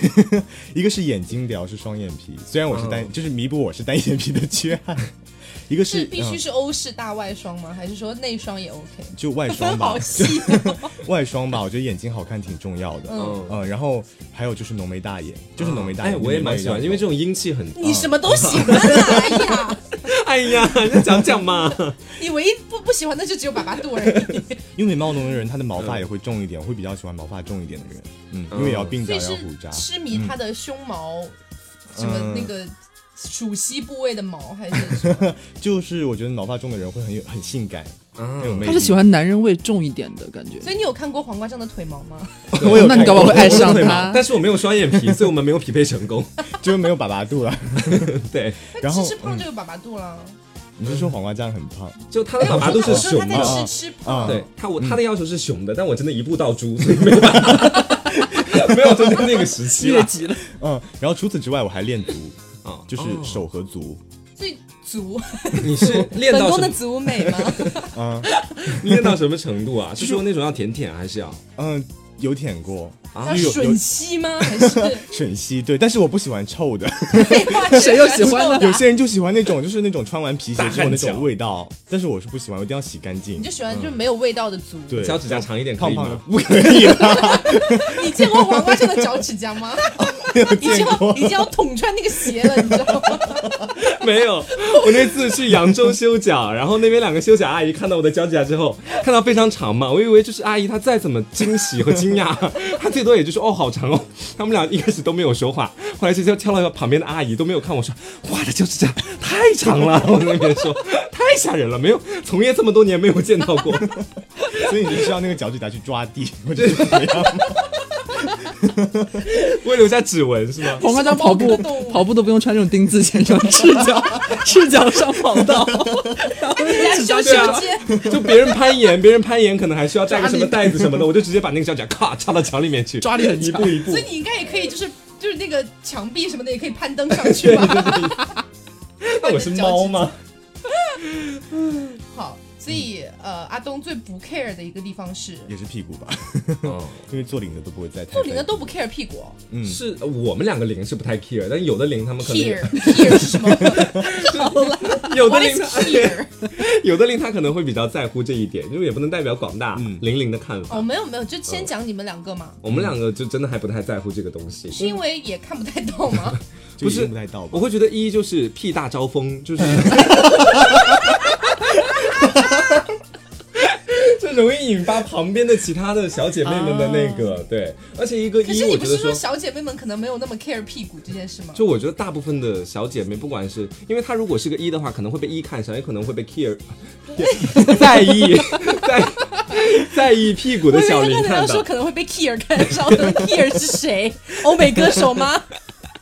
D: 一个是眼睛疗是双眼皮，虽然我是单，
B: 嗯
D: 就是弥补我是单眼皮的缺憾， 一个是
A: 是必须
D: 嗯
A: 是欧式大外双吗？还是说内双也 OK？
D: 就外
A: 分
D: 双吧
A: 好，细，哦
D: 外双吧，我觉得眼睛好看挺重要的。 嗯，
B: 嗯，
D: 然后还有就是浓眉大眼，就是浓眉大眼。
B: 哎，我也蛮喜欢，因为这种阴气很。
D: 嗯
A: 你什么都喜欢啊！ 哎呀，
B: 哎呀，你就讲讲嘛。
A: 你唯一不不喜欢的就只有粑粑肚而 已。
D: 因为眉毛浓的人，他的毛发也会重
B: 嗯
D: 一点，我会比较喜欢毛发重一点的人。嗯，因为也要鬓角，
A: 所以
D: 也要胡渣
A: 是。痴迷他的胸毛，什
D: 嗯
A: 么那个属膝部位的毛，还是什么
D: 就是我觉得毛发重的人会很有很性感，很有
B: 嗯，
D: 魅力。
C: 他是喜欢男人味重一点的感觉。
A: 所以你有看过黄瓜酱的腿毛吗？
D: 我有看
C: 那
D: 过，
C: 你搞不好会爱上
D: 对吧
C: 他。
B: 但是我没有双眼皮，所以我们没有匹配成功。
D: 就是没有粑粑肚了。
B: 对，
D: 然后嗯
A: 吃吃胖就有粑粑肚了。
D: 你是说黄瓜酱很胖？
B: 就他的
A: 哎，
B: 粑
A: 我说
B: 粑都是
A: 我说
B: 熊
A: 他
B: 嘛。
A: 在吃吃胖，
D: 啊
B: 嗯对他，我他的要求是熊的，但我真的一步到猪，所以没有办 法，没有真的那个时期
C: 越
B: 了。
C: 级了，
D: 嗯，然后除此之外，我还练足，
B: 啊
D: 就是手和足。
A: 最足
B: 你是 练
A: 本
B: 到
A: 宫
B: 什
A: 的
B: 么？
A: 足美 吗？
D: 嗯
B: 练到什么程度啊？是说那种要舔舔，还是要
D: 嗯，有舔过
B: 啊
A: 要
D: 有
A: 吮吸吗？还是
D: 吮吸，对，但是我不喜欢臭的。
A: 废话？
C: 谁又喜欢呢
A: 呢？
D: 有些人就喜欢那种，就是那种穿完皮鞋之后那
B: 大汗脚
D: 种味道，但是我是不喜欢，我一定要洗干净
A: 你就。喜欢就是没有味道的足。
D: 对，
B: 脚趾甲长一点可
D: 胖
B: 以
D: 胖的
B: 吗？
D: 不可以啊啦，
A: 你见过黄瓜酱的脚趾甲吗？
D: 没有
A: 已经
D: 见
A: 要
D: 过
A: 已。经要捅穿那个鞋了，你知道吗？
B: 没有，我那次去扬州修脚，然后那边两个修脚阿姨看到我的脚趾甲之后，看到非常长嘛，我以为就是阿姨她再怎么惊喜和惊讶， 她最多也就是哦好长哦。他们俩一开始都没有说话，后来就就跳到旁边的阿姨都没有看我说，哇这脚趾甲太长了， 我在那边说太吓人了，没有从业这么多年没有见到过。
D: 所以你就需要那个脚趾甲去抓地，我觉得是这 样。
B: 不会留下指纹是吗？
C: 黄瓜酱跑步
A: 是黄瓜酱
C: 跑步都不用穿这种钉子鞋，穿赤脚赤脚上跑道，然后赤脚
A: 修
B: 对啊
A: 修街，
B: 就别人攀岩，别人攀岩可能还需要带个什么袋子什么的，我就直接把那个脚趾甲咔插到墙里面去，
C: 抓力很
B: 一
C: 强
B: 步。一步
A: 所以。你应该也可以，就是就是那个墙壁什么的也可以攀登上去吧。
B: 那我是 猫吗？
A: 好，所以呃，阿东最不 care 的一个地方是
D: 也是屁股吧，
A: 哦
B: 嗯
D: 因为做领的都不会再太
A: 做零的都不 care 屁股哦
D: 嗯，
B: 是呃我们两个零是不太 care，但有的零他们可能
A: ，care care 是什么？
B: 有的
A: What
B: 零
A: is care？
B: 有的零他可能会比较在乎这一点，因为也不能代表广大
D: 嗯
B: 零零的看法。
A: 哦，没有没有，就先讲你们两个嘛，
B: 我们两个就真的还不太在乎这个东西，
A: 是因为也看不太到吗？
D: 就
B: 不是
D: 已经不太到吧
B: 我？会觉得一就是屁大招 风，就是 就容易引发旁边的其他的小姐妹们的那个、对，而且一个
A: 啊可
B: 一
A: 是
B: 我
A: 你不
B: 觉
A: 是
B: 得
A: 说小姐妹们可能没有那么 care 屁股这件事吗？
B: 就我觉得大部分的小姐妹，不管是因为她如果是个一的话，可能会被一看上，也可能会被 care 在 意在在意屁股的
A: 我以
B: 小
A: 为
B: 林
A: 他可能
B: 看
A: 要
B: 到
A: 说，可能会被 Kier 看上，我说 Kier 是谁？欧美歌手吗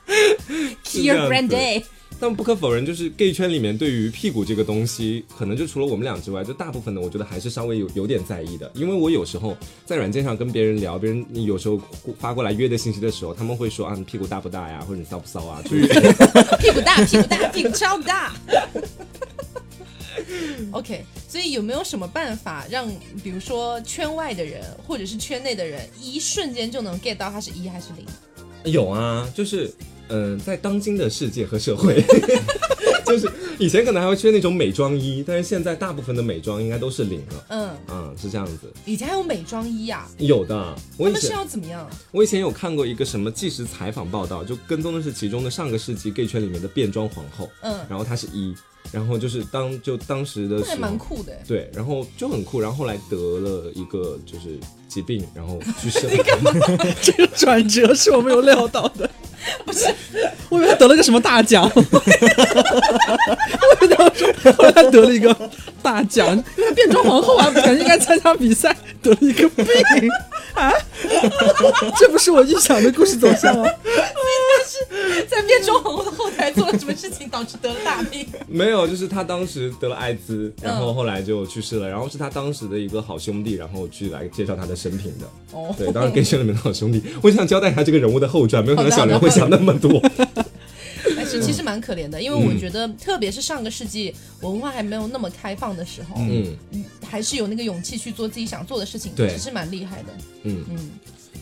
B: 这
A: ？Kier
B: 样子
A: Grande，
B: 但不可否认，就是 gay 圈里面对于屁股这个东西，可能就除了我们俩之外，就大部分的我觉得还是稍微有有点在意的。因为我有时候在软件上跟别人聊，别人有时候发过来约的信息的时候，他们会说啊，你屁股大不大呀，或者你骚不骚啊，就是
E: 屁股大，屁股大，屁股超大。
A: OK，所以有没有什么办法让，比如说圈外的人或者是圈内的人，一瞬间就能 get 到他是一还是零？
B: 有啊，就是嗯、呃在当今的世界和社会， 就是以前可能还会缺那种美妆衣，但是现在大部分的美妆应该都是零了。
A: 嗯，
B: 啊、是这样子，
A: 以前还有美妆衣啊，
B: 有的。我
A: 他
B: 以
A: 们是
B: 前
A: 要怎么样？
B: 我以前有看过一个什么纪实采访报道，就跟踪的是其中的上个世纪 gay 圈里面的变装皇后，
A: 嗯，
B: 然后她是一，然后就是当就当时的
A: 那还
B: 时
A: 蛮
B: 候，
A: 酷的。
B: 对，然后就很酷，然后后来得了一个就是疾病，然后 去生，
C: 这个转折是我没有料到的。不是，我以为他得了个什么大奖，我以为他说，后来他得了一个大奖，因为他变装皇后啊，感觉应该参加比赛，得了一个病啊， 这不是我预想的故事走向啊。
A: 在变装皇后的后台做了什么事情导致得了大 病？
B: 没有，就是她当时得了艾滋，
A: 嗯
B: 然后后来就去世了，然后是她当时的一个好兄弟，然后去来介绍她的生平 的。
A: 哦，
B: 对，当然 gay 圈里面的好兄弟，我想交代一下这个人物的后传，没有想到小刘会想那么 多。
A: 但哎是其实蛮可怜的，因为
B: 嗯
A: 我觉得，特别是上个世纪文化还没有那么开放的时候，
B: 嗯
A: 还是有那个勇气去做自己想做的事情，
B: 对
A: 其实蛮厉害的。
B: 嗯
A: 嗯，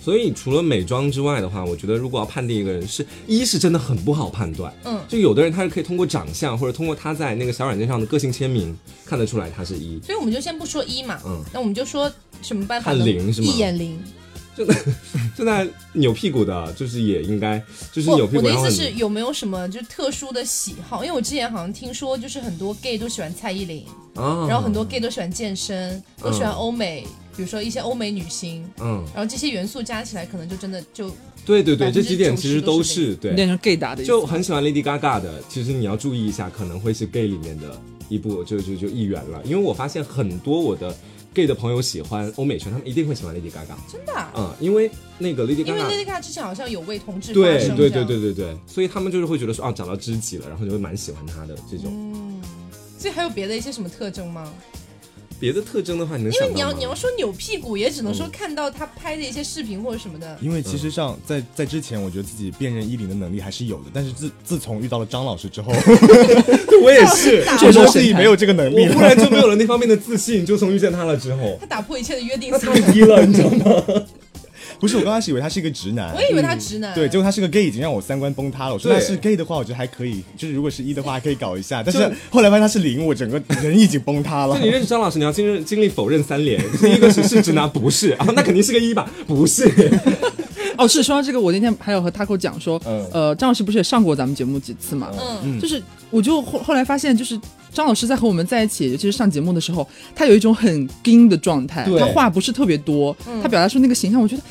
B: 所以除了美妆之外的话，我觉得如果要判定一个人是，一是真的很不好判断，
A: 嗯
B: 就有的人他是可以通过长相或者通过他在那个小软件上的个性签名看得出来他是一，
A: 所以我们就先不说一嘛，
B: 嗯
A: 那我们就说什么办法
B: 看
A: 能
B: 零是吗
A: 一眼零。
B: 就那扭屁股的，就是也应该就是
A: 我
B: 扭屁
A: 我
B: 股
A: 的
B: 然后
A: 意思
B: 很
A: 是有没有什么就是特殊的喜好？因为我之前好像听说，就是很多 gay 都喜欢蔡依林，
B: 啊，
A: 然后很多 gay 都喜欢健身，都喜欢
B: 嗯
A: 欧美，比如说一些欧美女星。
B: 嗯，
A: 然后这些元素加起来，可能就真的就
B: 对对对，
A: 90%
B: 这几点其实都
A: 都
B: 是
C: 变
B: 对，
C: 成 gay 打的意思，
B: 就很喜欢 Lady Gaga 的，其实你要注意一下，可能会是 gay 里面的一部就就就一员了，因为我发现很多我的 gay 的朋友喜欢欧美圈，他们一定会喜欢 Lady Gaga，
A: 真的啊、
B: 嗯，因为那个 Lady
A: 因为
B: Gaga。
A: Lady Gaga 之前好像有为同志发
B: 对
A: 声，
B: 对
A: 这
B: 对
A: 样
B: 对，对对，所以他们就是会觉得说，哦，找到知己了，然后就会蛮喜欢他的这种。
A: 嗯，所以还有别的一些什么特征吗？
B: 别的特征的话，你能
A: 因
B: 想
A: 为
B: 到
A: 你要
B: 吗
A: 你要说扭屁股，也只能说看到他拍的一些视频或者什么的。
B: 嗯
D: 因为其实上在在之前，我觉得自己辨认衣领的能力还是有的，但是自自从遇到了张老师之后， 我也是
C: 这就
D: 觉
C: 是
D: 得自己没有这个能力
B: 我忽
D: 了。
B: 然就没有了那方面的自信，就从遇见他了之后，
A: 他打破一切的约定
B: 他
A: 俗
B: 太低了，你知道吗？
D: 不是，我刚开始以为他是一个直男
A: 我。也以为
B: 嗯
A: 他直男。
D: 对，结果他是个 gay，已经让我三观崩塌了。我说他
B: 对
D: 是 gay 的话，我觉得还可以，就是如果是一的话，还可以搞一下。但是后来发现他是零，我整个人已经崩塌了
B: 就。你认识张老师，你要经历经历否认三连，第一个是是直男，不是啊，那肯定是个一吧，不 是。
C: 哦，是说到这个，我那天还有和 Taco 讲说，
D: 嗯
C: 呃，张老师不是也上过咱们节目几次嘛？
A: 嗯，
C: 就是我就后后来发现，就是张老师在和我们在一起，尤其是上节目的时候，他有一种很硬的状态，
B: 对
C: 他话不是特别多，他表达出那个形象，我觉得。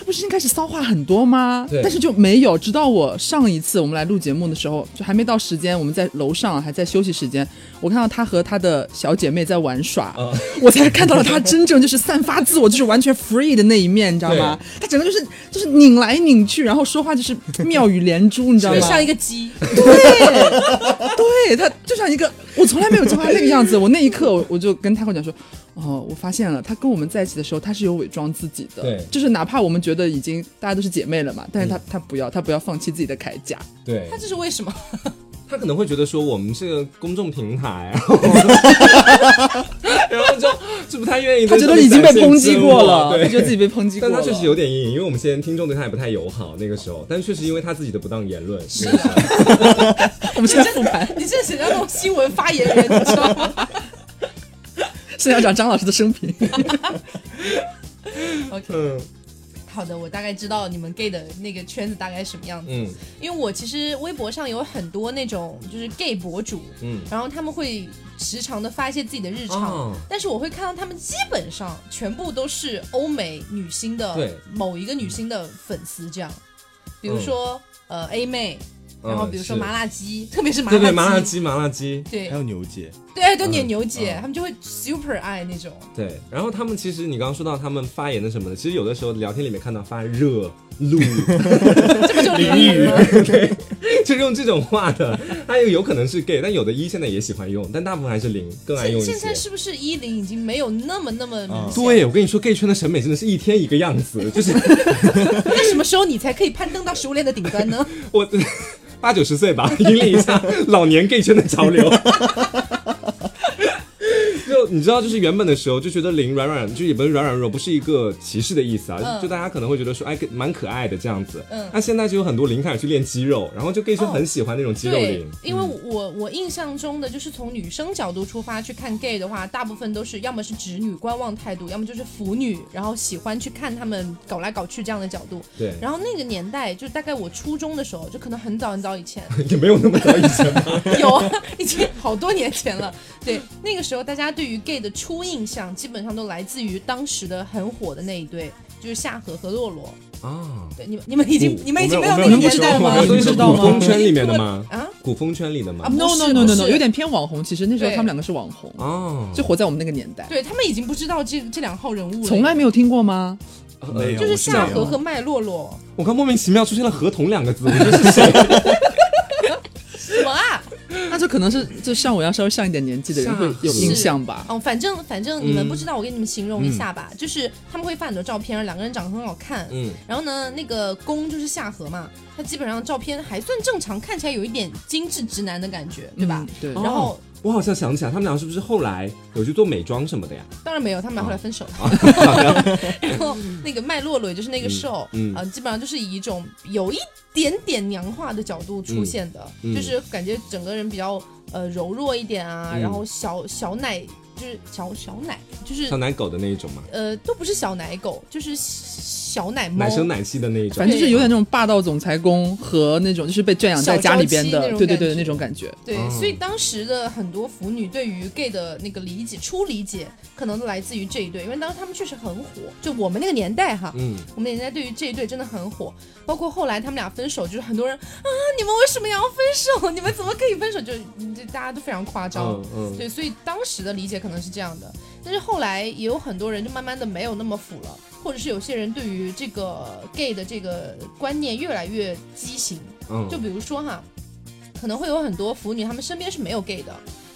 C: 他不是应该是骚话很多吗？
B: 对
C: 但是就没有。直到我上一次我们来录节目的时候，就还没到时间，我们在楼上还在休息时间，我看到他和他的小姐妹在玩耍，
B: 啊
C: 我才看到了他真正就是散发自我，就是完全 free 的那一面，你知道吗？他整个就是就是拧来拧去，然后说话就是妙语连珠，你知道
A: 就
C: 吗？
A: 像一个鸡。
C: 对他就像一个，我从来没有见过他那个样子。我那一刻我，我就跟 Taco 讲说，哦，我发现了，他跟我们在一起的时候，他是有伪装自己的，
B: 对
C: 就是哪怕我们觉得已经大家都是姐妹了嘛，但是他、他不要，他不要放弃自己的铠甲。
B: 对
A: 他这是为什么？
B: 他可能会觉得说我们是个公众平台， 然后然后就就不太愿意
C: 他
B: 在
C: 觉
B: 这里展现真我。
C: 得已经被抨击过了，
B: 对，
C: 他觉得自己被抨击过
B: 但
C: 了。
B: 他确实有点阴影，因为我们现在听众对他也不太友好那个时候，但确实因为他自己的不当言论，是
C: 我们现在复盘，
A: 你这是像那种新闻发言人，你知道吗
C: 是要讲张老师的生平。
A: ？OK，
B: 嗯
A: 好的，我大概知道你们 gay 的那个圈子大概什么样子。
B: 嗯
A: 因为我其实微博上有很多那种就是 gay 博主，
B: 嗯，
A: 然后他们会时常的发一些自己的日常，
B: 哦
A: 但是我会看到他们基本上全部都是欧美女星的
B: 对
A: 某一个女星的粉丝这样，比如说、呃
B: 嗯
A: A 妹，然后比如说麻辣鸡，特别是麻
B: 对对麻
A: 辣
B: 辣鸡麻辣鸡，
A: 对
D: 还有牛姐，
A: 对对，碾牛姐，他们就会 super 爱那种。
B: 对，然后他们其实你刚刚说到他们发言的什么的，其实有的时候聊天里面看到发热、露，
A: 这不就淋雨吗？
B: 就是用这种话的，还有有可能是 gay，但有的一现在也喜欢用，但大部分还是零更爱用
A: 现
B: 一些
A: 现。在是不是一零已经没有那么那么明显？
B: 对，我跟你说，gay 圈的审美真的是一天一个样 子，就是
A: 那什么时候你才可以攀登到食物链的顶端呢？
B: 我八九十岁吧，引领一下老年 gay 圈的潮流。就你知道，就是原本的时候就觉得零软软，就也不是软软弱，不是一个歧视的意思啊。
A: 嗯
B: 就大家可能会觉得说，哎，蛮可爱的这样子。
A: 嗯哦
B: 那现在就有很多零开始去练肌肉，然后就 gay 圈很喜欢那种肌肉
A: 对
B: 零。，
A: 因为
D: 嗯
A: 我我印象中的就是从女生角度出发去看 gay 的话，大部分都是要么是直女观望态度，要么就是腐女，然后喜欢去看他们搞来搞去这样的角度。
B: 对，
A: 然后那个年代，就大概我初中的时候，就可能很早很早以前，
B: 也没有那么早以前吧。
A: 有啊，已经好多年前了。对，那个时候大家对于 gay 的初印象，基本上都来自于当时的很火的那一对，就是夏荷和洛洛。
B: 啊，
A: 对，你们你们已经、
B: 我
A: 你们已经
D: 哦我没
A: 有
D: 有
A: 那个
D: 我没有
A: 年代
D: 我
A: 吗
D: 没有？
B: 所以是
C: 知道
B: 古
C: 吗
B: 风圈里 面的吗？
A: 啊，
B: 古风圈里的 吗
A: 啊？
C: No
A: 不
C: no
A: 是
C: no
A: 不
C: no no，
A: 是
C: 有点偏网红。其实那时候
A: 对
C: 他们两个是网红，
A: 啊
B: 哦，
C: 就活在我们那个年代，
A: 对他们已经不知道这这两号人物了，
C: 从来没有听过吗？
D: 没有
B: 哦
A: 就是夏
D: 我
B: 啊
A: 荷和麦洛洛
B: 我刚莫名其妙出现了“合同”两个字，我说是谁？
A: 什么啊？
C: 那就可能是就像我一样稍微上一点年纪的人会有印象吧。
A: 哦，反正反正你们不知道，我给你们形容一下吧，就是他们会发很多照片，两个人长得很好看，
B: 嗯，
A: 然后呢，那个公就是夏荷嘛，他基本上照片还算正常，看起来有一点精致直男的感觉，对吧？
C: 嗯？对，
A: 然后、
B: 我好像想起来，他们俩是不是后来有去做美妆什么的呀？
A: 当然没有，他们俩后来分手了。 然后那个麦洛洛也就是那个瘦，啊、
B: 嗯嗯
A: 基本上就是以一种有一点点娘化的角度出现的，
B: 嗯嗯
A: 就是感觉整个人比较呃柔弱一点啊，
B: 嗯
A: 然后小小奶就是小小奶就是
B: 小奶狗的那一种嘛，
A: 呃都不是小奶狗，就是小奶猫
B: 奶，声奶气的那一种
C: 反。正就是有点那种霸道总裁宫和那种就是被圈养在家里边
A: 啊小娇
C: 的，
A: 妻
C: 对对
A: 那种感觉
C: 对的
A: 对，
C: 那种感觉。
B: 哦
A: 所以当时的很多腐女对于 gay 的那个理解初理解，可能都来自于这一对，因为当时他们确实很火，就我们那个年代哈，
B: 嗯，
A: 我们年代对于这一对真的很火，包括后来他们俩分手，就是很多人啊，你们为什么要分手？你们怎么可以分手？就嗯就大家都非常夸张。
B: 嗯嗯，
A: 对，所以当时的理解可能是这样的，但是后来也有很多人就慢慢的没有那么腐了，或者是有些人对于这个 gay 的这个观念越来越畸形。
B: 嗯，
A: 就比如说哈，可能会有很多腐女，她们身边是没有 gay 的，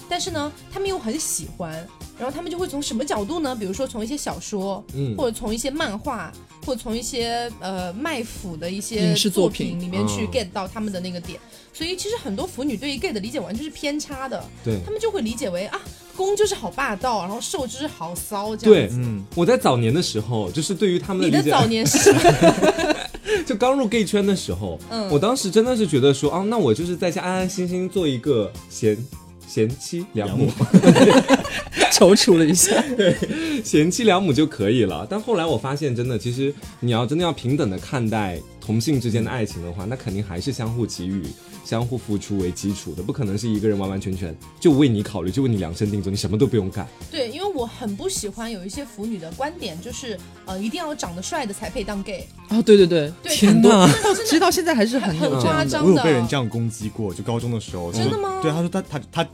A: 但是呢，她们又很喜欢，然后她们就会从什么角度呢？比如说从一些小说，
B: 嗯
A: 或者从一些漫画，或者从一些呃卖腐的一些
C: 影视
A: 作
C: 作品
A: 里面去
B: 嗯
A: get 到他们的那个点。所以其实很多腐女对于 gay 的理解完全是偏差的，
B: 对
A: 他。们就会理解为啊，公就是好霸道，然后受就是好骚这样
B: 对
A: 子。，
D: 嗯，
B: 我在早年的时候，就是对于他们
A: 你
B: 的
A: 的
B: 理解，
A: 早年是什么？
B: 就刚入 gay 圈的时候，
A: 嗯
B: 我当时真的是觉得说，哦、那我就是在家安安心心做一个贤贤妻良母，
C: 踌躇了一下，
B: 贤妻良母就可以了。但后来我发现，真的，其实你要真的要平等的看待同性之间的爱情的话，那肯定还是相互给予、相互付出为基础的，不可能是一个人完完全全就为你考虑，就为你量身定做，你什么都不用干。
A: 对，因为我很不喜欢有一些腐女的观点，就是呃，一定要长得帅的才配当 gay。
C: 啊，对对对，
A: 对，
B: 天哪
A: 很多真的嗯
C: 其实到现在还是很
A: 很
C: 有这
A: 夸
C: 样的。
A: 张
D: 我有
A: 的。
D: 被人这样攻击过，就高中的时候，
A: 真的吗
D: 对，他说他他他，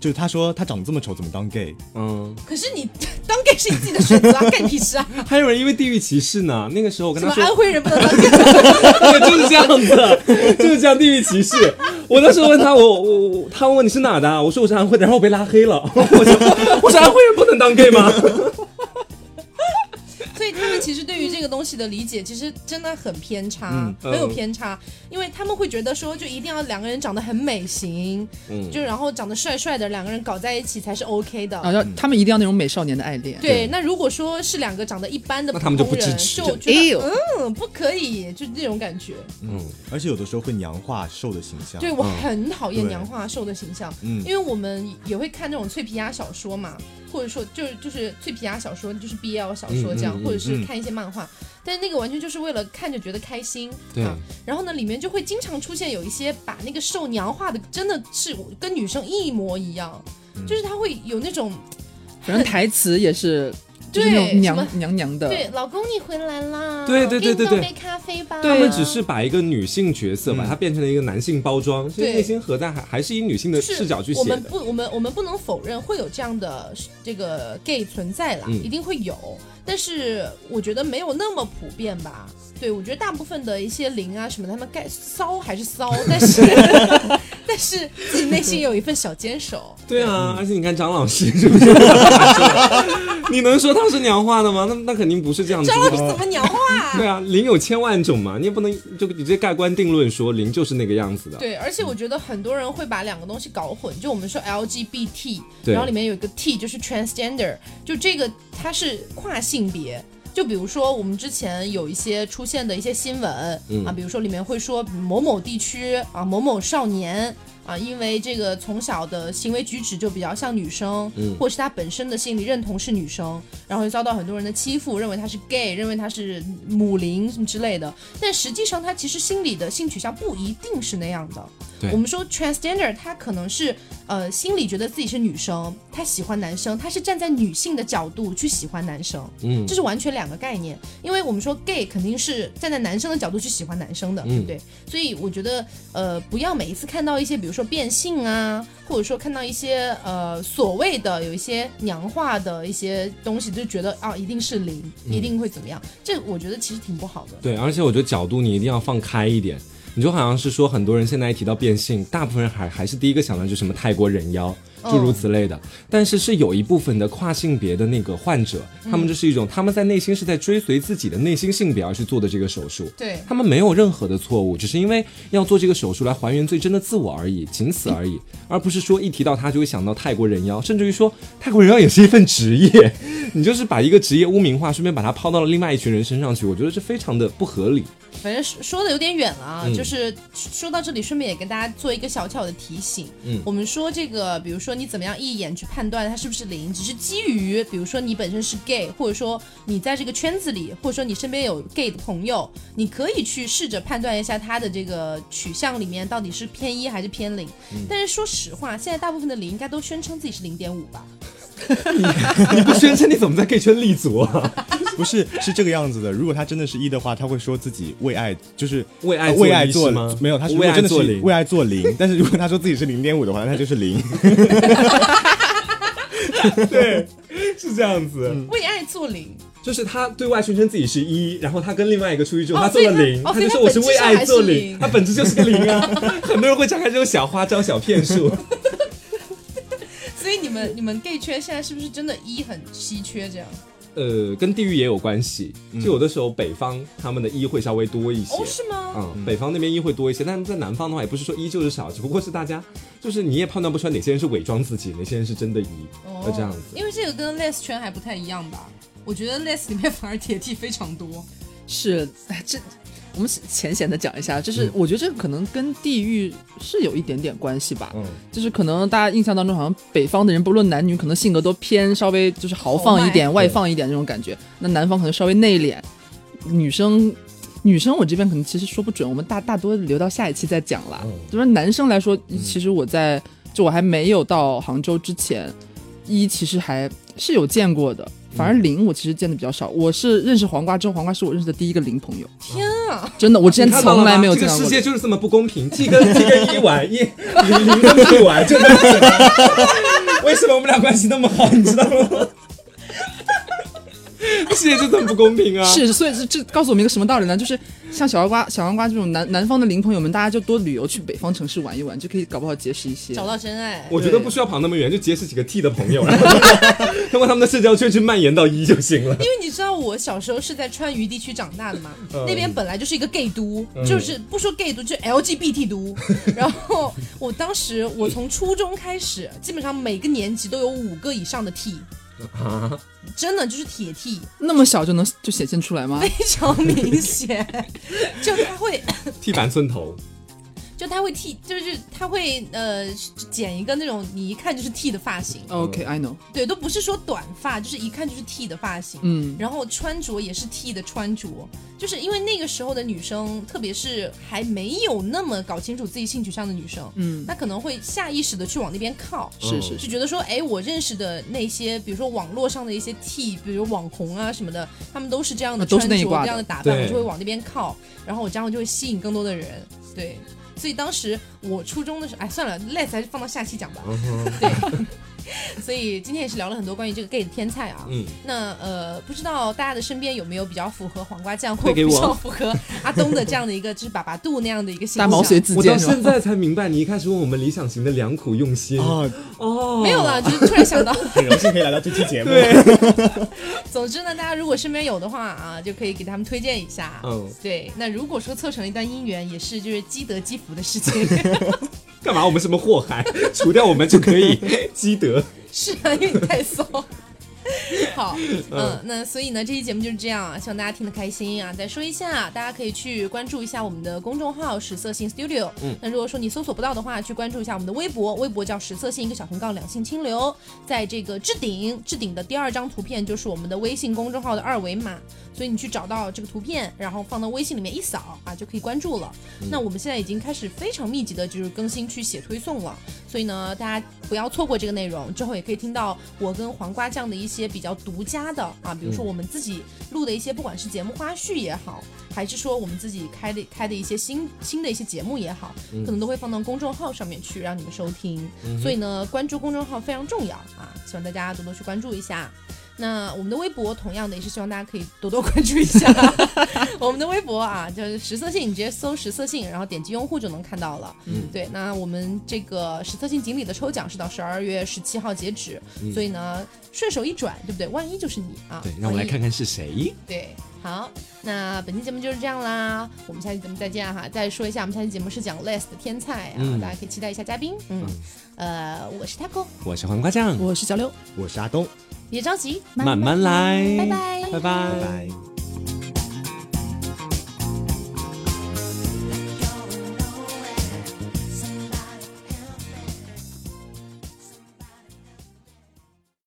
D: 就是他说他长得这么丑，怎么当 gay？
B: 嗯，
A: 可是你当 gay 是你自己的选择啊，干你屁事啊！
B: 还有人因为地域歧视呢。那个时候我跟
A: 什么
B: 他说，
A: 安徽人不能当 gay？
B: 对，就是这样子，就是这样地域歧视。我那时候问他，我我我，他问你是哪的啊，我说我是安徽的，然后我被拉黑了。 我说我是安徽人，不能当 gay 吗？
A: 所以他们其实对于这个东西的理 解，其实真的很偏差，
B: 嗯
A: 很有
B: 嗯
A: 偏差，因为他们会觉得说，就一定要两个人长得很美型，
B: 嗯
A: 就然后长得帅帅的，两个人搞在一起才是 OK 的。
C: 啊，要他们一定要那种美少年的爱恋，
A: 对，那如果说是两个长得一般的
B: 那
A: 普通
B: 他们
A: 人，
B: 就不支持
A: 就
C: 哎
A: 觉
C: 呦
A: 得嗯不可以，就那种感觉。
D: 而且有的时候会娘化瘦的形象。
A: 对我
B: 嗯
A: 很讨厌
D: 对
A: 娘化兽的形象，
D: 嗯
A: 因为我们也会看那种脆皮鸭小说嘛，或者说就是就是脆皮鸭小说，就是 BL 小说这样，
B: 嗯嗯嗯
A: 或者是看一些漫画，但是那个完全就是为了看着觉得开心，
B: 对
A: 啊。然后呢，里面就会经常出现有一些把那个兽娘化的，真的是跟
B: 嗯
A: 女生一模一样，就是他会有那种
C: 反正台词也是。就是那
F: 对
C: 种
F: 什
C: 娘
F: 么
C: 娘娘的，
F: 对，老公你回来啦，
B: 对对对对
F: 给你倒
B: 对
F: 杯咖啡吧。
A: 啊
B: 他们只是把一个女性角色，把它变成了一个男性包装，其实
A: 对
B: 内心核在还还是以女性的
A: 是
B: 视角去
A: 我
B: 写
A: 们
B: 的。
A: 不，我们我们不能否认会有这样的这个 gay 存在啦，
B: 嗯
A: 一定会有，但是我觉得没有那么普遍吧。对，我觉得大部分的一些零啊什么的，他们该骚还是骚，但 是 但是自己内心有一份小坚 守。
B: 对啊，而且你看张老师是 不是？你能说他是娘化的吗？那那肯定不是这样子
A: 张老师
B: 的。
A: 怎么娘化？
B: 对啊，零有千万种嘛，你也不能就直接盖棺定论说零就是那个样子的。
A: 对，而且我觉得很多人会把两个东西搞混，就我们说 LGBT，
B: 对
A: 然后里面有一个 T 就是 transgender，就这个它是跨性别。就比如说我们之前有一些出现的一些新闻、
B: 嗯
A: 啊，比如说里面会说某某地区啊某某少年啊，因为这个从小的行为举止就比较像女生，
B: 嗯
A: 或是他本身的心理认同是女生，然后就遭到很多人的欺负，认为他是 gay，认为他是母零什么之类的。但实际上他其实心里的性取向不一定是那样的。
B: 对
A: 我们说 transgender，他可能是呃心里觉得自己是女生，他喜欢男生，他是站在女性的角度去喜欢男生，
B: 嗯
A: 这是完全两个概念。因为我们说 gay 肯定是站在男生的角度去喜欢男生的，对不对？所以我觉得呃不要每一次看到一些比如说变性啊，或者说看到一些呃所谓的有一些娘化的一些东西，就觉得啊一定是零，一定会怎么样？这我觉得其实挺不好的。
B: 对，而且我觉得角度你一定要放开一点。你就好像是说，很多人现在一提到变性，大部分人还还是第一个想到就是什么泰国人妖，诸如此类的。但是是有一部分的跨性别的那个患者，他们这是一种他们在内心是在追随自己的内心性别而去做的这个手术。
F: 对
B: 他们没有任何的错误，只是因为要做这个手术来还原最真的自我而已，仅此而已，而不是说一提到他就会想到泰国人妖，甚至于说泰国人妖也是一份职业，你就是把一个职业污名化，顺便把它抛到了另外一群人身上去，我觉得这非常的不 合理。
A: 反正说说的有点远了啊，
B: 嗯
A: 就是说到这里，顺便也跟大家做一个小小的提醒。
B: 嗯
A: 我们说这个，比如说你怎么样一眼去判断它是不是零，只是基于比如说你本身是 gay，或者说你在这个圈子里，或者说你身边有 gay 的朋友，你可以去试着判断一下他的这个取向里面到底是偏一还是偏零。
B: 嗯
A: 但是说实话，现在大部分的零应该都宣称自己是零点五吧？
B: 你不宣称你怎么在 gay 圈立足啊？
D: 不是，是这个样子的。如果他真的是一的话，他会说自己为爱就是
B: 为爱做
D: 为爱
B: 一
D: 做
B: 是 吗
D: 没有，他是如
B: 为
D: 果
B: 爱
D: 真的
B: 做
D: 是
B: 零
D: 为爱做零。但是如果他说自己是零点五的话，那他就是零。
B: 对，是这样子，
A: 为爱做零，
B: 嗯就是他对外宣称自己是一，然后他跟另外一个出去之后，
A: 哦
B: 他做了
A: 所以
B: 零，
A: 他哦
B: 就说我是为爱做
A: 所以他本质上还是
B: 零
A: 零，
B: 他本质就是个零啊。 很多人会展开这种小花招、小骗术。
A: 所以你们你们 gay 圈现在是不是真的一很
F: 很稀缺这样。
B: 呃，跟地域也有关系。就有的时候北方他们的一会稍微多一些，
A: 哦是吗？
B: 嗯，北方那边一会多一些，但是在南方的话，也不是说一就是少，只不过是大家就是你也判断不出来哪些人是伪装自己，哪些人是真的一，
F: 哦
B: 就这样子。
F: 因为这个跟 les 圈还不太一样吧？我觉得 les 里面反而铁 t 非常多。
B: 嗯
C: 是哎这。我们浅显的讲一下，就是我觉得这个可能跟地域是有一点点关系吧，
B: 嗯，
C: 就是可能大家印象当中，好像北方的人不论男女，可能性格都偏稍微就是豪放一点、外放一点那种感觉。那南方可能稍微内敛，女生。女生，我这边可能其实说不准，我们大大多留到下一期再讲啦。
B: 嗯
C: 就是男生来说，其实我在就我还没有到杭州之前，一其实还是有见过的，
B: 嗯
C: 反而零我其实见的比较少。我是认识黄瓜之后，黄瓜是我认识的第一个零朋友。天啊！真的，我之前
B: 你看到了
C: 从
B: 吗
C: 来没有
B: 这
C: 见
B: 个
C: 到过
B: 世
C: 的。
B: 界就是这么不公平，T 跟 T 跟一玩，一零零跟 T 玩，就这么简单。为什么我们俩关系那么好，你知道吗？世界就这么不公平啊！
C: 是，所以这这告诉我们一个什么道理呢？就是像小黄瓜、小黄瓜这种南南方的零朋友们，大家就多旅游去北方城市玩一玩，就可以搞不好结识一些。
A: 找到真爱？
B: 我觉得不需要跑那么远，就结识几个 T 的朋友，然后 通过他们的社交圈去蔓延到一就行 了。
A: 因为你知道我小时候是在川渝地区长大的嘛，
B: 嗯
A: 那边本来就是一个 gay 都，就是不说 gay 都，就是 LGBT 都。然后我当时我从初中开始，基本上每个年级都有五个以上的 T，真
B: 啊
A: 的就是铁 T，
C: 那么小就能就显现出来吗？
A: 非常明显，就他会
B: T 板寸头，
A: 就他会剃，就是他会呃剪一个那种你一看就是剃的发型，
C: OK，I know。
A: 对，都不是说短发，就是一看就是剃的发型。
C: 嗯，
A: 然后穿着也是 T 的穿着，就是因为那个时候的女生，特别是还没有那么搞清楚自己性取向的女生，
C: 嗯
A: 她可能会下意识的去往那边靠，
C: 是是是，
A: 就觉得说，哎，我认识的那些，比如说网络上的一些 T，比如网红啊什么的，他们都是这样的
C: 啊都
A: 穿
C: 是
A: 着、
C: 那一挂的
A: 这样的打扮，
B: 对
A: 我就会往那边靠，然后我这样就会吸引更多的人，对。所以当时我初中的时候，哎，算了，let's 还是放到下期讲吧。
B: 嗯哼
A: 所以今天也是聊了很多关于这个 gay 的天菜啊。
B: 嗯，
A: 那呃，不知道大家的身边有没有比较符合黄瓜酱或
C: 推给
A: 比
C: 我
A: 较符合阿东的这样的一个，就是粑粑肚那样的一个形
C: 大
A: 象？
C: 毛随自
B: 我到
C: 荐是
B: 现
C: 吧？
B: 在才明白，你一开始问我们理想型的良苦用心
D: 啊，
B: 哦，
A: 没有了，就是突然想到。
D: 很荣幸可以来到这期节目。
A: 总之呢，大家如果身边有的话啊，就可以给他们推荐一下。
B: 嗯，
A: 对，那如果说凑成一段姻缘，也是就是积德积福的事情。
B: 干嘛？我们什么祸害？除掉我们就可以 积德。
A: 是啊，因为你太 骚。好，嗯，那所以呢，这期节目就是这样啊，希望大家听得开心啊。再说一下，大家可以去关注一下我们的公众号“实色性 Studio”。嗯，那如果说你搜索不到的话，去关注一下我们的微博，微博叫“实色性”一个小横杠两性清流。在这个置顶，置顶的第二张图片就是我们的微信公众号的二维码，所以你去找到这个图片，然后放到微信里面一扫啊，就可以关注了。那我们现在已经开始非常密集的就是更新去写推送了。所以呢，大家不要错过这个内容，之后也可以听到我跟黄瓜酱的一些比较独家的啊，比如说我们自己录的一些，不管是节目花絮也好，还是说我们自己开的开的一些新新的一些节目也好，
B: 嗯
A: 可能都会放到公众号上面去让你们收听。所以呢，关注公众号非常重要啊，希望大家多多去关注一下。那我们的微博同样的也是希望大家可以多多关注一 下我们的微博啊，就是实色性，你直接搜实色性，然后点击用户就能看到了。
B: 嗯
A: 对，那我们这个实测性锦鲤的抽奖是到十二月十七号截止，所以呢，顺手一转，对不对？万一就是你啊！
B: 嗯对，让我来
A: 万一
B: 看。看是谁。
A: 对，好，那本期节目就是这样啦，我们下期节目再见哈。再说一下，我们下期节目是讲 Les 的天菜啊，
B: 嗯
A: 大家可以期待一下嘉宾。嗯，呃，我是 Taco，
B: 我是黄瓜酱，
C: 我是小六。
D: 我是阿东，
A: 别着急，
B: 慢慢来，
A: 拜拜
B: 拜拜，
D: 拜拜。